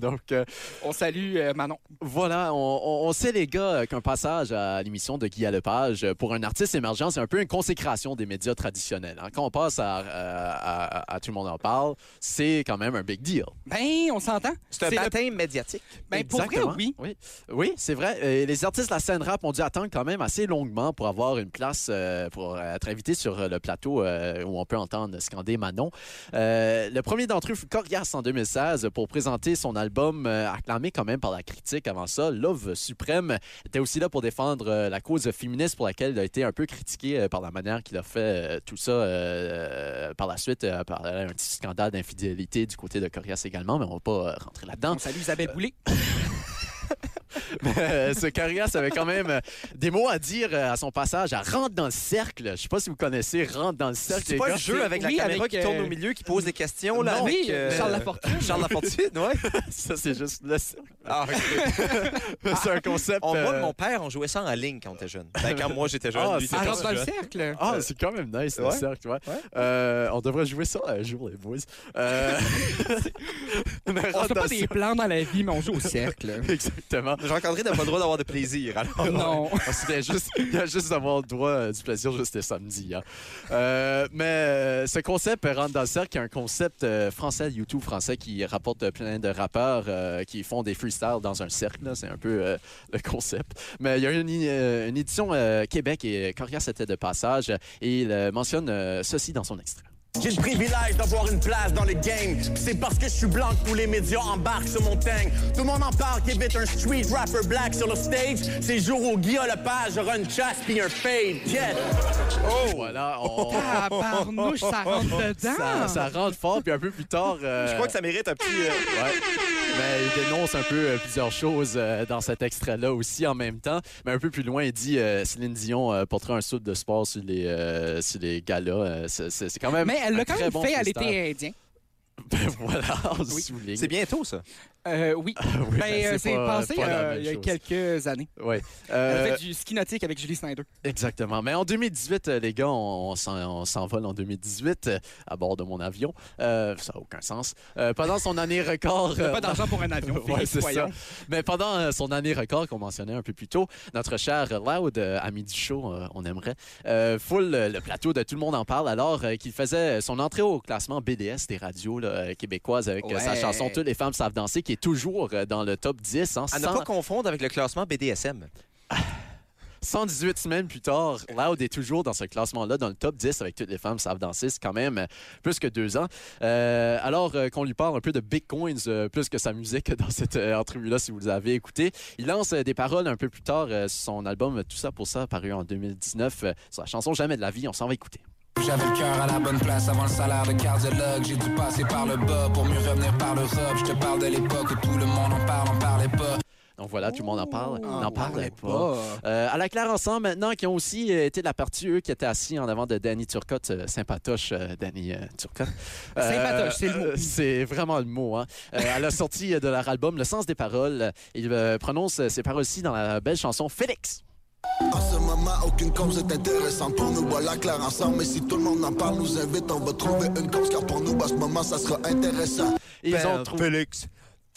E: Donc, euh,
C: On salue euh, Manon.
E: voilà, on, on- on sait, les gars, euh, qu'un passage à l'émission de Guy Lepage euh, pour un artiste émergent, c'est un peu une consécration des médias traditionnels. hein. Quand on passe à, euh, à- à- à Tout le monde en parle, c'est quand même un big deal.
C: Ben, on s'entend.
A: C'est un
C: C'est le-
A: baptême médiatique.
C: Ben, pour vrai,
E: Exactement.
C: oui.
E: Oui, Oui, c'est vrai. Et les artistes de la scène rap ont dû attendre quand même assez longuement pour avoir une place, euh, pour euh, être invités sur euh, le plateau euh, où on peut entendre scander Manon. Euh, le premier d'entre eux fut Corias en 2016 pour présenter son album euh, acclamé quand même par la critique avant ça, Love Suprême. Il était aussi là pour défendre euh, la cause féministe pour laquelle il a été un peu critiqué euh, par la manière qu'il a fait euh, tout ça euh, par la suite, euh, par euh, un petit scandale d'infidélité du côté de Corias également, mais on va pas euh, rentrer là-dedans.
C: On salue Isabelle Boulay.
E: Euh, ce Corias avait quand même euh, des mots à dire euh, à son passage à Rentre dans le cercle. Je sais pas si vous connaissez Rentre dans le cercle.
A: C'est
E: les
A: pas
E: gars.
A: le jeu
C: c'est-
A: avec la
C: oui,
A: caméra
C: avec,
A: qui tourne
C: euh,
A: au milieu, qui pose des questions. Là,
C: Non,
A: avec,
C: oui,
A: euh,
C: Charles Lafortune.
A: Charles Lafortune, ouais.
E: Ça, c'est juste le cercle.
A: Ah, ok.
E: C'est un concept.
A: Ah, On- Moi,
E: euh,
A: mon père, on jouait ça en ligne quand on était jeune. Ben, quand moi, j'étais jeune,
E: Ah,
A: lui,
E: c'est
A: c'était
C: Arrête
A: plus
C: dans le
A: jeune.
C: cercle.
E: Ah, c'est quand même nice, le
A: euh, ouais.
E: cercle, ouais.
A: Ouais.
E: Euh, on devrait jouer ça un jour, les boys. Euh,
C: On
E: mais Rentre
C: fait
E: dans le
C: pas des
E: cercle,
C: plans dans la vie, mais on joue au cercle.
E: Exactement.
A: Jean-Candré n'a pas le droit d'avoir de plaisir. Alors,
C: non.
E: On se fait Ah, juste, il y a juste d'avoir le droit euh, du plaisir, juste c'était samedi. hein. Euh, mais euh, ce concept euh, rentre dans le cercle, qui est un concept euh, français, YouTube français, qui rapporte euh, plein de rappeurs euh, qui font des freestyles dans un cercle. là. C'est un peu euh, le concept. Mais il y a une, euh, une édition euh, Québec et Corias était de passage et il euh, mentionne euh, ceci dans son extrait.
I: J'ai le privilège d'avoir une place dans le game. C'est parce que je suis blanc que tous les médias embarquent sur mon tank. Tout le monde en parle qu'il est un street rapper black sur le stage. Ces jours où Guillaume Lepage aura une chasse puis un fade. Yeah.
E: Oh! Voilà, on-
C: Tabarnouche, ça rentre dedans.
E: ça, ça rentre fort, puis un peu plus tard. euh,
A: Je crois que ça mérite un petit. euh,
E: Ouais. Mais il dénonce un peu euh, plusieurs choses euh, dans cet extrait-là aussi en même temps. Mais un peu plus loin, il dit euh, Céline Dion euh, portera un soude de sport sur les, euh, sur les galas. Euh, c'est- c'est c'est quand même.
C: Mais elle
E: un
C: l'a quand
E: très
C: même
E: bon
C: fait à
E: freestyle.
C: l'été indien.
E: Ben voilà, on
C: Oui.
E: souligne.
A: C'est bientôt, ça.
C: Euh, oui.
E: Oui,
C: Ben, euh, c'est
E: pas-
C: passé
E: pas la
C: euh,
E: même
C: il y a
E: chose.
C: quelques années.
E: Ouais.
C: Elle
E: Euh,
C: a fait du ski nautique avec Julie Snyder.
E: Exactement. Mais en 2018, euh, les gars, on, on s'en- on s'envole en 2018 euh, à bord de mon avion. Euh, ça n'a aucun sens. Euh, pendant son année record.
C: T'as
E: euh,
C: pas d'argent pour un avion.
E: Ouais,
C: Félix,
E: c'est ça.
C: voyons.
E: Mais pendant euh, son année record qu'on mentionnait un peu plus tôt, notre cher Loud, euh, ami du show, euh, on aimerait, euh, foule euh, le plateau de Tout le monde en parle alors euh, qu'il faisait son entrée au classement BDS des radios là, euh, québécoises avec euh, sa
C: Ouais.
E: chanson Toutes les femmes savent danser qui est toujours euh, dans le top 10. hein,
A: À ne
E: cent-
A: pas confondre avec le classement BDSM.
E: 118 semaines plus tard, Loud est toujours dans ce classement-là, dans le top 10 avec toutes les femmes savent danser. C'est quand même euh, plus que deux ans. Euh, alors euh, qu'on lui parle un peu de bitcoins euh, plus que sa musique dans cette euh, entrevue-là, si vous l'avez écouté. Il lance euh, des paroles un peu plus tard euh, sur son album Tout ça pour ça, paru en 2019, euh, sur la chanson Jamais de la vie. On s'en va écouter.
J: J'avais le cœur à la bonne place avant le salaire de cardiologue. J'ai dû passer par le bas pour mieux revenir par le robe. Je te parle de l'époque où tout le monde en parle, on parlait pas.
E: Donc voilà, tout le monde en parle.
C: On
E: N'en parlait
C: parlait
E: pas. Euh, à la Claire Ensemble, maintenant, qui ont aussi euh, été de la partie, eux, qui étaient assis en avant de Danny Turcotte. euh, sympatoche, euh, Danny euh, Turcotte.
C: Sympatoche, c'est le mot.
E: euh, c'est vraiment le mot. Hein. Euh, à la sortie euh, de leur album, Le sens des paroles, il euh, prononce euh, ces paroles-ci dans la belle chanson Félix.
K: En ce moment, aucune cause est intéressante pour nous. Voilà clair ensemble. Mais si tout le monde en parle, nous invite, on va trouver une cause. Car pour nous, à ce moment, ça sera intéressant.
E: Et ils ont trouvé.
A: Ben, Félix.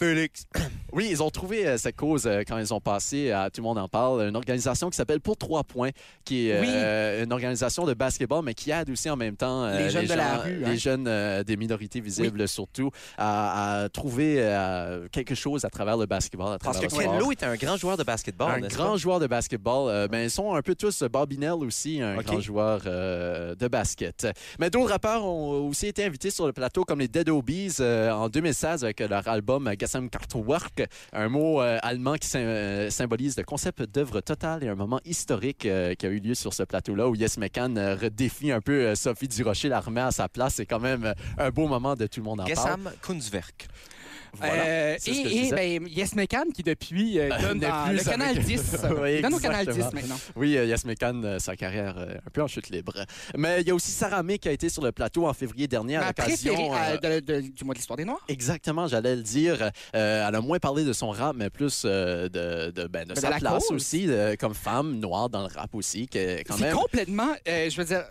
A: Félix.
E: Oui, ils ont trouvé euh, cette cause euh, quand ils ont passé à Tout le monde en parle, une organisation qui s'appelle Pour trois points, qui est
C: Oui.
E: euh, une organisation de basketball, mais qui aide aussi en même temps euh,
C: Les jeunes de la
E: gens-
C: rue, hein.
E: les jeunes euh, des minorités visibles surtout, à, à trouver euh, quelque chose à travers le basketball, à
A: Parce
E: travers
A: que
E: le sport.
A: Ken Lo était un grand joueur de basketball.
E: un
A: n'est-ce
E: grand
A: pas?
E: joueur de basketball. Euh, ben, ils sont un peu tous. euh, Bobinel aussi, un
A: Ok.
E: grand joueur euh, de basket. Mais d'autres rappeurs ont aussi été invités sur le plateau, comme les Dead Obies euh, en 2016 avec leur album Gassam Kartwerk, un mot euh, allemand qui sym- euh, symbolise le concept d'œuvre totale et un moment historique euh, qui a eu lieu sur ce plateau-là où Yes Mekan euh, redéfie un peu euh, Sophie Durocher, la remet à sa place. C'est quand même euh, un beau moment de tout le monde en parle.
A: Gessam Kunzwerk.
E: Voilà.
C: Euh,
E: c'est ce que je
C: et et
E: disais. Ben,
C: ben, Yes Mecan qui depuis euh, donne
E: n'est
C: dans
E: plus
C: le canal
E: avec-
C: 10.
E: Oui,
C: donne au canal
E: exactement.
C: 10 maintenant.
E: Oui, euh, Yasmin Khan, euh, sa carrière euh, un peu en chute libre. Mais il y a aussi Sarah May qui a été sur le plateau en février dernier à
C: Ma
E: l'occasion.
C: préférée
E: euh,
C: euh, de- de- du mois de l'histoire des Noirs.
E: Exactement, j'allais le dire. Euh, elle a moins parlé de son rap, mais plus euh, de, de, ben, de
C: de
E: sa
C: la
E: place
C: cause.
E: aussi, euh, comme femme noire dans le rap aussi. que, quand
C: C'est
E: même,
C: complètement, euh, je veux dire,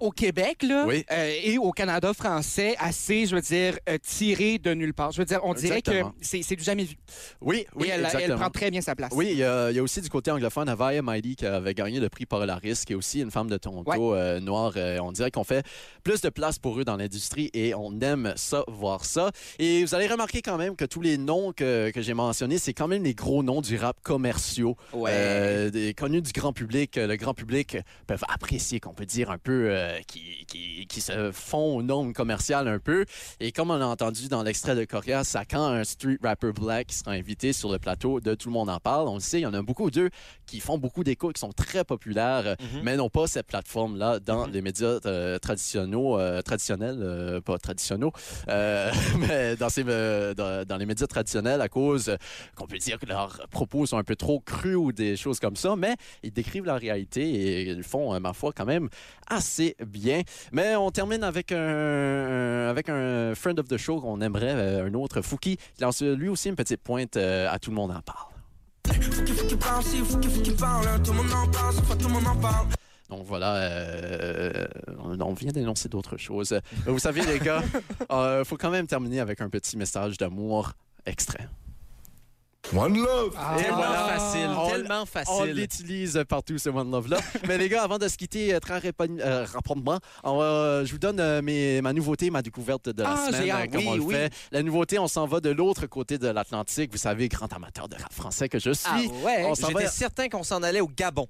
C: au Québec là,
E: Oui.
C: euh, et au Canada français assez, je veux dire, euh, tiré de nulle part. Je veux dire, on dirait
E: Exactement.
C: que c'est c'est du jamais vu.
E: Oui, oui,
C: et elle, elle
E: exactement.
C: prend très bien sa place.
E: Oui, il y, a, il y a aussi du côté anglophone Avaya Miley qui avait gagné le prix Polaris, qui est aussi une femme de Toronto euh, noire. Euh, on dirait qu'on fait plus de place pour eux dans l'industrie et on aime ça, voir ça. Et vous allez remarquer quand même que tous les noms que, que j'ai mentionnés, c'est quand même les gros noms du rap commerciaux,
C: Ouais.
E: euh, des- connus du grand public. euh, Le grand public peuvent apprécier, qu'on peut dire un peu, euh, qui, qui, qui se font au nombre commercial un peu. Et comme on a entendu dans l'extrait de Coria, ça quand un street rapper black sera invité sur le plateau de Tout le monde en parle, on le sait, il y en a beaucoup d'eux qui font beaucoup d'écho, qui sont très populaires, euh, mais n'ont pas cette plateforme-là dans les médias euh, traditionnels, euh, traditionnels, euh, pas traditionnels, euh, mais dans, ces, euh, dans, dans les médias traditionnels à cause euh, qu'on peut dire que leurs propos sont un peu trop crus ou des choses comme ça, mais ils décrivent la réalité et ils le font, euh, ma foi, quand même assez bien. Mais on termine avec un, avec un friend of the show qu'on aimerait, euh, un autre Fouki, qui lance lui aussi une petite pointe euh, à tout le monde en parle. Donc voilà, euh, on on vient d'énoncer d'autres choses. Mais Vous savez, les gars, il faut quand même terminer avec un petit message d'amour extrait.
K: One love.
C: Ah.
A: Tellement
E: voilà.
A: facile,
E: Ah. On-
A: tellement
E: On
A: facile.
E: l'utilise partout, ce One Love-là. Mais les gars, avant de se quitter euh, très rapide- euh, rapidement, on va- je vous donne euh, mes- ma nouveauté, ma découverte de la
C: Ah,
E: semaine,
C: j'ai hâte.
E: euh, comme
C: Oui,
E: on le
C: oui.
E: fait. La nouveauté, on s'en va de l'autre côté de l'Atlantique. Vous savez, grand amateur de rap français que je suis.
C: Ah ouais.
E: On s'en va-
A: J'étais certain qu'on s'en allait au Gabon.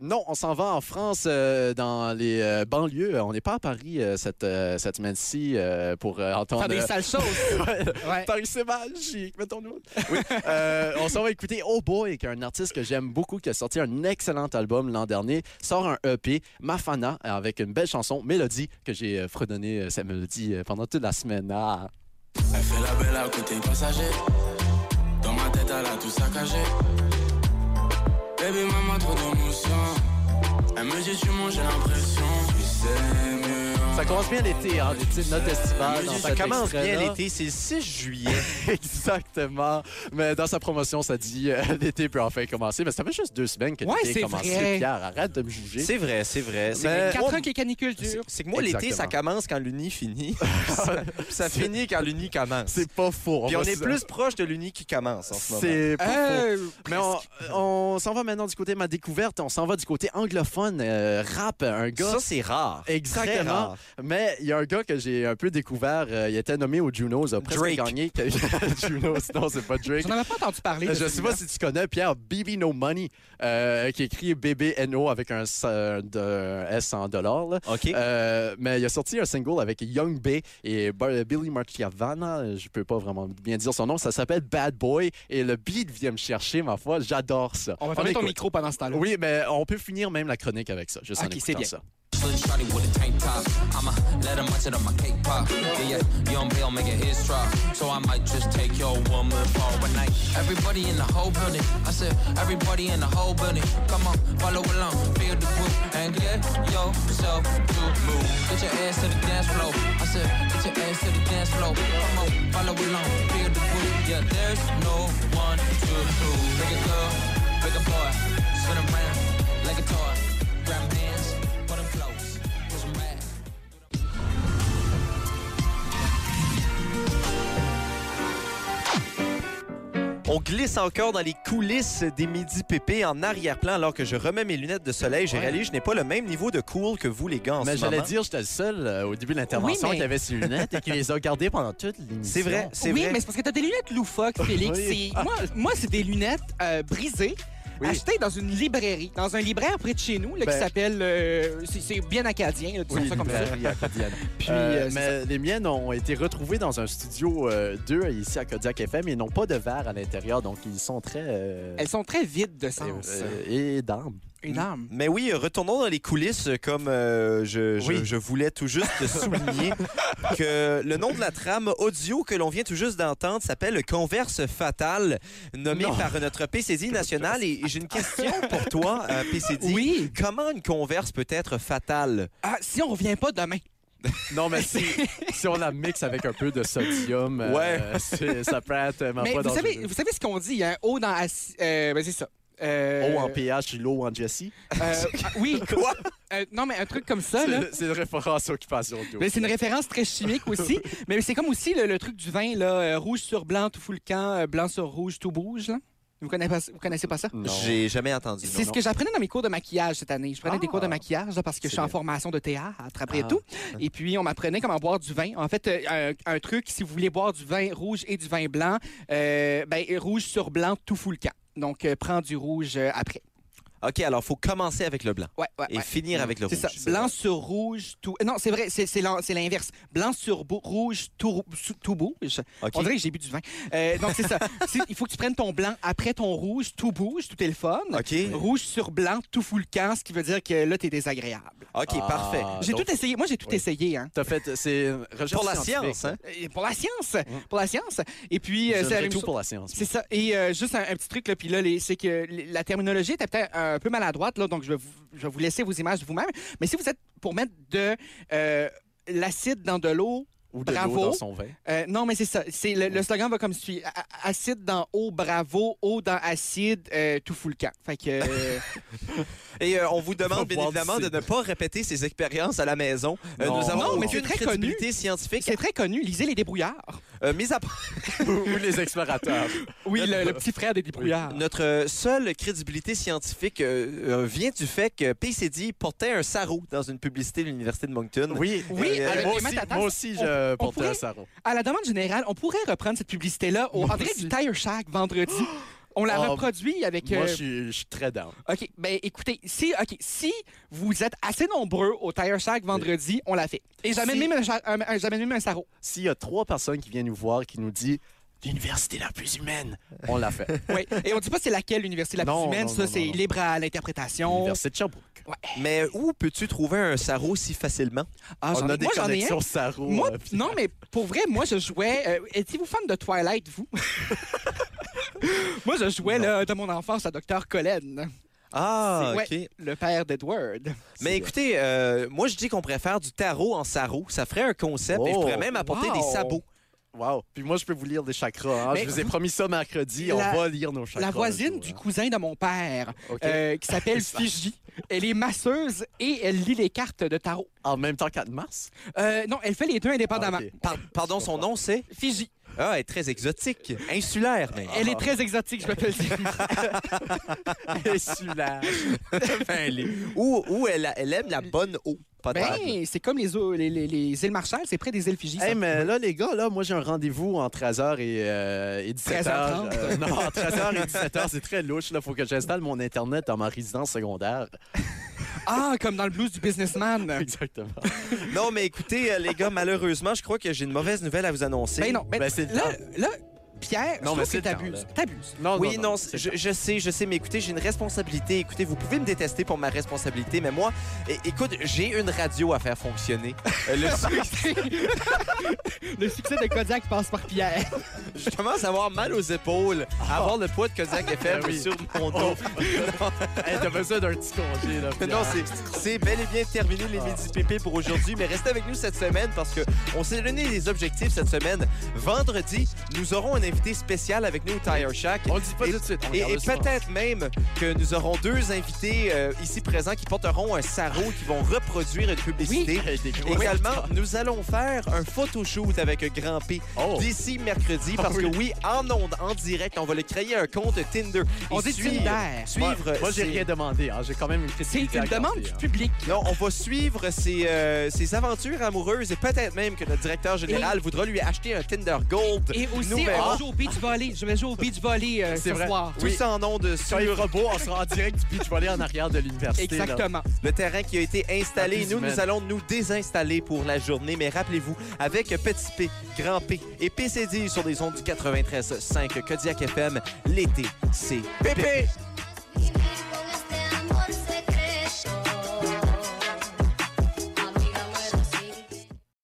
E: Non, on s'en va en France, euh, dans les euh, banlieues. On n'est pas à Paris euh, cette, euh, cette semaine-ci euh, pour euh, entendre... euh,
C: Faire des sales choses. Ouais.
E: Paris, c'est magique, mettons-nous. Oui. Euh, on s'en va écouter Oh Boy, qui est un artiste que j'aime beaucoup, qui a sorti un excellent album l'an dernier. Sort un EP, Mafana, avec une belle chanson, Mélodie, que j'ai euh, fredonné euh, cette mélodie euh, pendant toute la semaine. Ah.
J: Elle fait la belle à côté passager. Dans ma tête, elle a tout saccagé. Baby, maman, trop d'émotions. Elle me dit, tu manges, j'ai l'impression. Tu sais mieux.
E: Ça commence bien l'été, hein, les petites notes estivales. dans
A: Ça
E: cet
A: commence bien
E: extrait-là.
A: l'été, c'est le 6 juillet.
E: Exactement. Mais dans sa promotion, ça dit euh, l'été peut enfin commencer. Mais ça fait juste deux semaines que
C: Ouais,
E: l'été
C: c'est
E: a commencé.
C: vrai.
E: Pierre, arrête de me juger.
A: C'est vrai, c'est vrai. C'est
E: Mais-
A: que moi,
C: Quatre ans qui est canicule dure.
A: c'est que moi, l'été, ça
E: Exactement.
A: commence quand l'uni finit. ça, ça finit quand l'uni commence.
E: C'est pas faux.
A: Puis on
E: va
A: est
E: se-
A: plus proche de l'uni qui commence en ce moment.
E: C'est pas faux.
C: Euh,
E: Mais on, on s'en va maintenant du côté de ma découverte, on s'en va du côté anglophone, euh, rap, un gars.
A: Ça, c'est rare. Très
E: Exactement.
A: rare.
E: Mais il y a un gars que j'ai un peu découvert, euh, il était nommé aux Junos, il a presque
A: Drake.
E: gagné. Junos, non, c'est pas Drake.
C: J'en avais pas entendu parler. de
E: Euh, Je sais pas
C: celui-là.
E: si tu connais Pierre BB No Money, euh, qui écrit BBNO avec un, s- euh, de- un S en dollars. là.
A: OK.
E: Euh, mais il a sorti un single avec Young Bay et Bar- Billy Marchiavana. Je peux pas vraiment bien dire son nom. Ça s'appelle Bad Boy et le beat vient me chercher, ma foi. J'adore ça.
C: On va fermer ton
E: écoute.
C: micro pendant ce temps-là.
E: Oui, mais on peut finir même la chronique avec ça. Juste en
C: Ok, c'est
E: écoutant
C: bien.
E: ça.
J: Slim shawty with a tank top. I'ma let him watch it on my cake pop. Yeah, yeah, young Bill make it his drop. So I might just take your woman for a night. Everybody in the whole building. I said, everybody in the whole building. Come on, follow along, feel the group, and get yourself to move. Get your ass to the dance floor. I said, get your ass to the dance floor. Come on, follow along, feel the group. Yeah, there's no one to prove. Big a girl, big a boy, spin 'em round like a toy. Grab hands, put 'em close, push 'em back.
A: On glisse encore dans les coulisses des midi pépé en arrière-plan alors que je remets mes lunettes de soleil. J'ai réalisé je n'ai pas le même niveau de cool que vous, les gars, en
E: mais
A: ce moment.
E: j'allais dire, j'étais le seul euh, au début de l'intervention
C: Oui, mais-
E: qui avait ses lunettes et qui les a gardées pendant toute l'émission.
A: C'est vrai, c'est
C: Oui,
A: vrai.
C: mais c'est parce que t'as des lunettes loufoques, Félix.
E: Oui.
C: C'est- Moi, moi c'est des lunettes euh, brisées.
E: Oui.
C: achetées dans une librairie, dans un libraire près de chez nous, là,
E: Ben-
C: qui s'appelle. euh, c'est- c'est bien acadien, là, disons
E: Oui, ben.
C: ça comme ça.
E: librairie acadienne.
C: Puis,
E: Euh,
C: euh, c'est
E: mais les miennes ont été retrouvées dans un studio 2 ici à Kodiak FM. Ils n'ont pas de verre à l'intérieur, donc ils sont très. euh,
C: Elles sont très vides de
E: euh,
C: sens.
E: euh, et d'armes.
C: Énorme.
A: Mais oui, retournons dans les coulisses comme euh, je, je-
E: Oui.
A: je voulais tout juste te souligner que le nom de la trame audio que l'on vient tout juste d'entendre s'appelle Converse Fatale, nommée
E: Non.
A: par notre PCD national. Et j'ai une question pour toi, euh, PCD.
C: Oui.
A: Comment une converse peut être fatale?
C: Ah, si on revient pas demain.
E: Non, mais si, si on la mixe avec un peu de sodium, euh,
A: Ouais.
E: c'est- ça peut être. euh, ma
C: Mais
E: foi,
C: vous savez,
E: dangereux.
C: vous savez ce qu'on dit, il y a un haut dans. assi- Euh, ben, c'est ça. Euh,
E: O en pH, l'eau en Jessie.
C: euh, ah, oui.
A: Quoi?
C: euh, non, mais un truc comme ça, là.
E: C'est- C'est une référence à Occupation Double.
C: Ben, c'est une référence très chimique aussi, mais c'est comme aussi le, le truc du vin, là, euh, rouge sur blanc, tout fout le camp, euh, blanc sur rouge, tout bouge. Là. Vous, connaissez pas, vous connaissez pas ça?
E: Non.
A: J'ai jamais entendu.
C: C'est ce que j'apprenais dans mes cours de maquillage cette année. Je prenais des cours de maquillage là, parce que je suis en
E: bien.
C: formation de théâtre après
A: Ah.
C: tout. Et puis, on m'apprenait comment boire du vin. En fait, euh, un, un truc, si vous voulez boire du vin rouge et du vin blanc, euh, ben, rouge sur blanc, tout fout le camp. Donc, euh, prends du rouge euh, après.
A: OK, alors faut commencer avec le blanc
C: Ouais, ouais,
A: et
C: ouais.
A: finir avec le rouge.
C: Mm. C'est ça. Blanc sur rouge, tout. Eh Non, c'est vrai, c'est c'est l'en- c'est l'inverse. Blanc sur bou- rouge, tout, rou- sou- tout bouge.
A: OK.
C: On dirait que j'ai bu du vin. Euh, donc, c'est ça. C'est- Il faut que tu prennes ton blanc après ton rouge, tout bouge, tout est le fun.
A: OK.
C: Rouge sur blanc, tout fout le camp, ce qui veut dire que là, t'es désagréable.
A: OK,
E: Ah,
A: parfait.
C: J'ai
E: donc-
C: tout essayé. Moi, j'ai tout
E: Oui.
C: essayé, hein.
E: T'as fait, c'est une recherche
A: Pour la
E: scientifique.
A: science, hein?
C: Euh, Pour la science. Pour la science. Et puis, euh,
E: Je
C: c'est la
E: donnerais
C: même
E: tout
C: chose-
E: pour la science.
C: C'est ça. Et euh, juste un, un petit truc, là, puis là, les- c'est que les- la terminologie était peut-être un peu maladroite, là, donc je vais, vous, je vais vous laisser vos images de vous-même. Mais si vous êtes pour mettre de euh, l'acide dans de l'eau,
E: Ou de l'eau
C: Bravo.
E: dans son vin.
C: euh, non, mais c'est ça. C'est le, le slogan va comme suit. A- a- Acide dans eau, bravo. Eau dans acide, euh, tout fout le camp. Fait que... euh,
A: Et euh, on vous demande bien
E: voir
A: évidemment
E: si
A: de
E: c'est
A: ne pas répéter ces expériences à la maison. Euh,
E: Non.
A: nous avons
C: Non, mais
A: aucune
C: c'est très
A: crédibilité scientifique.
C: c'est très connu. Lisez Les Débrouillards.
A: Euh, mis à part
E: Ou les explorateurs.
C: Oui, le, le petit frère des Débrouillards.
A: notre euh, seule crédibilité scientifique euh, euh, vient du fait que PCD portait un sarrau dans une publicité de l'université de Moncton.
E: Oui, Euh,
C: Oui, avec
E: moi,
C: les
E: aussi,
C: matatas,
E: moi aussi,
C: on-
E: je
C: on
E: portais
C: pourrait-
E: un sarron.
C: À la demande générale, on pourrait reprendre cette publicité-là au
E: Moi
C: André
E: aussi.
C: du Tire Shack vendredi. On la
E: Oh,
C: reproduit avec...
E: Moi,
C: euh,
E: je suis- je suis très down.
C: OK, ben écoutez, si, OK, si vous êtes assez nombreux au Tire Shack vendredi, on l'a fait. Et j'amène
E: Si-
C: même, un char- un- un- j'amène même un sarrau.
E: S'il y a trois personnes qui viennent nous voir qui nous disent l'université la plus humaine, on l'a fait.
C: Oui. Et on dit pas c'est laquelle l'université la plus
E: Non,
C: humaine,
E: non,
C: ça
E: non,
C: c'est
E: non, non.
C: libre à l'interprétation.
E: L'université de Sherbrooke.
A: Mais où peux-tu trouver un sarrau si facilement?
C: Ah, j'en
E: on
C: ai-
E: a des
C: moi, j'en ai un.
E: connexions sarro.
C: Moi,
E: euh, puis-
C: non, mais pour vrai, moi, je jouais. euh, Étiez-vous fan de Twilight, vous? moi, je jouais là, de mon enfance à Dr. Colin,
A: Ah,
C: C'est-
A: OK.
C: le père d'Edward.
A: Mais écoutez, euh, moi, je dis qu'on pourrait faire du tarot en sarrau. Ça ferait un concept et je
E: Oh,
A: pourrais même apporter des
C: wow.
A: sabots.
E: Wow. Puis moi, je peux vous lire des chakras. hein.
C: Mais-
E: Je vous ai promis ça mercredi.
C: La-
E: On va lire nos chakras.
C: La
E: un
C: voisine
E: jour,
C: du
E: hein. Ah,
C: cousin de mon père,
E: OK.
C: euh, qui s'appelle Fiji, elle est masseuse et elle lit les cartes de tarot.
E: En même temps, 4 mars.
C: Euh, non, elle fait les deux indépendamment.
E: Ah, ok.
A: Par- pardon, son nom, c'est?
C: Fiji.
A: Ah, elle est très exotique, insulaire,
E: Ah.
A: mais...
C: Elle est très exotique, je peux te le dire.
E: Insulage.
A: Ou, ou elle, a- elle aime la bonne eau, pas de table.
C: Ben, c'est comme les, eaux- les, les- les îles Marshall, c'est près des îles Fiji. ça.
E: Hey, mais là, les gars, là, moi, j'ai un rendez-vous entre 13h et, euh, et 17h.
C: 13h30.
E: Euh, non, 13h et 17h, c'est très louche. Il faut que j'installe mon Internet dans ma résidence secondaire.
C: Ah, comme dans le blues du businessman.
E: Exactement.
A: Non, mais écoutez, euh, les gars, malheureusement, je crois que j'ai une mauvaise nouvelle à vous annoncer.
C: Ben non, ben,
E: Ben, c'est le
C: là, là, Pierre,
E: Non,
C: je trouve
E: mais
C: que
E: c'est le temps,
C: t'abuses.
E: là.
C: T'abuses.
A: oui, non,
E: c'est-
A: je, je sais, je sais, mais écoutez, j'ai une responsabilité. Écoutez, vous pouvez me détester pour ma responsabilité, mais moi, é- écoute, j'ai une radio à faire fonctionner. Euh, le succès-
C: Le succès de Kodiak passe par Pierre.
A: je commence à avoir mal aux épaules, à avoir le poids de Kodiak FM
E: Ah. Ben oui.
A: sur mon dos. Non.
E: Hey, t'as besoin d'un petit congé, là. Pierre.
A: Oh.
E: Ah.
A: Non, c'est- c'est bel et bien terminé les Midi PP pour aujourd'hui, mais restez avec nous cette semaine parce que on s'est donné des objectifs cette semaine. Vendredi, nous aurons un invité spécial avec nous au Tire Shack.
E: On le dit pas
A: Et-
E: tout de suite. on
A: Et,
E: garde
A: et
E: le surprise.
A: peut-être même que nous aurons deux invités euh, ici présents qui porteront un sarrau, qui vont reproduire une publicité.
E: Avec des gros-
A: Également, nous allons faire un photoshoot avec Grand P
E: Oh.
A: d'ici mercredi parce
E: Ah oui.
A: que oui, en ondes, en direct, on va le créer un compte Tinder.
C: On
A: Et
C: dit
A: suivre-
C: Tinder.
E: Moi,
A: Suivre
E: moi, j'ai
A: ses-
E: rien demandé. hein. J'ai quand même une
C: C'est
E: crédibilité
C: une
E: à garder,
C: demande du
E: hein.
C: public.
A: Non, on va suivre ses, euh, ses aventures amoureuses et peut-être même que notre directeur général voudra lui acheter un Tinder Gold.
C: Et aussi,
A: Nous
C: on
A: verrons.
C: joue au beach volley. Je vais jouer au beach volley euh,
E: ah. C'est
C: ce
E: vrai.
C: soir.
A: Tout ça en ondes sur
E: Quand il robot, on sera en direct du beach volley en arrière de l'université. là.
C: Exactement.
A: le terrain qui a été installé.
E: Dans dix
A: Nous, nous
E: semaines.
A: allons nous désinstaller pour la journée. Mais rappelez-vous, avec Petit P, Grand P et PCD sur les ondes du 93.5 Kodiak FM, l'été, c'est pépé.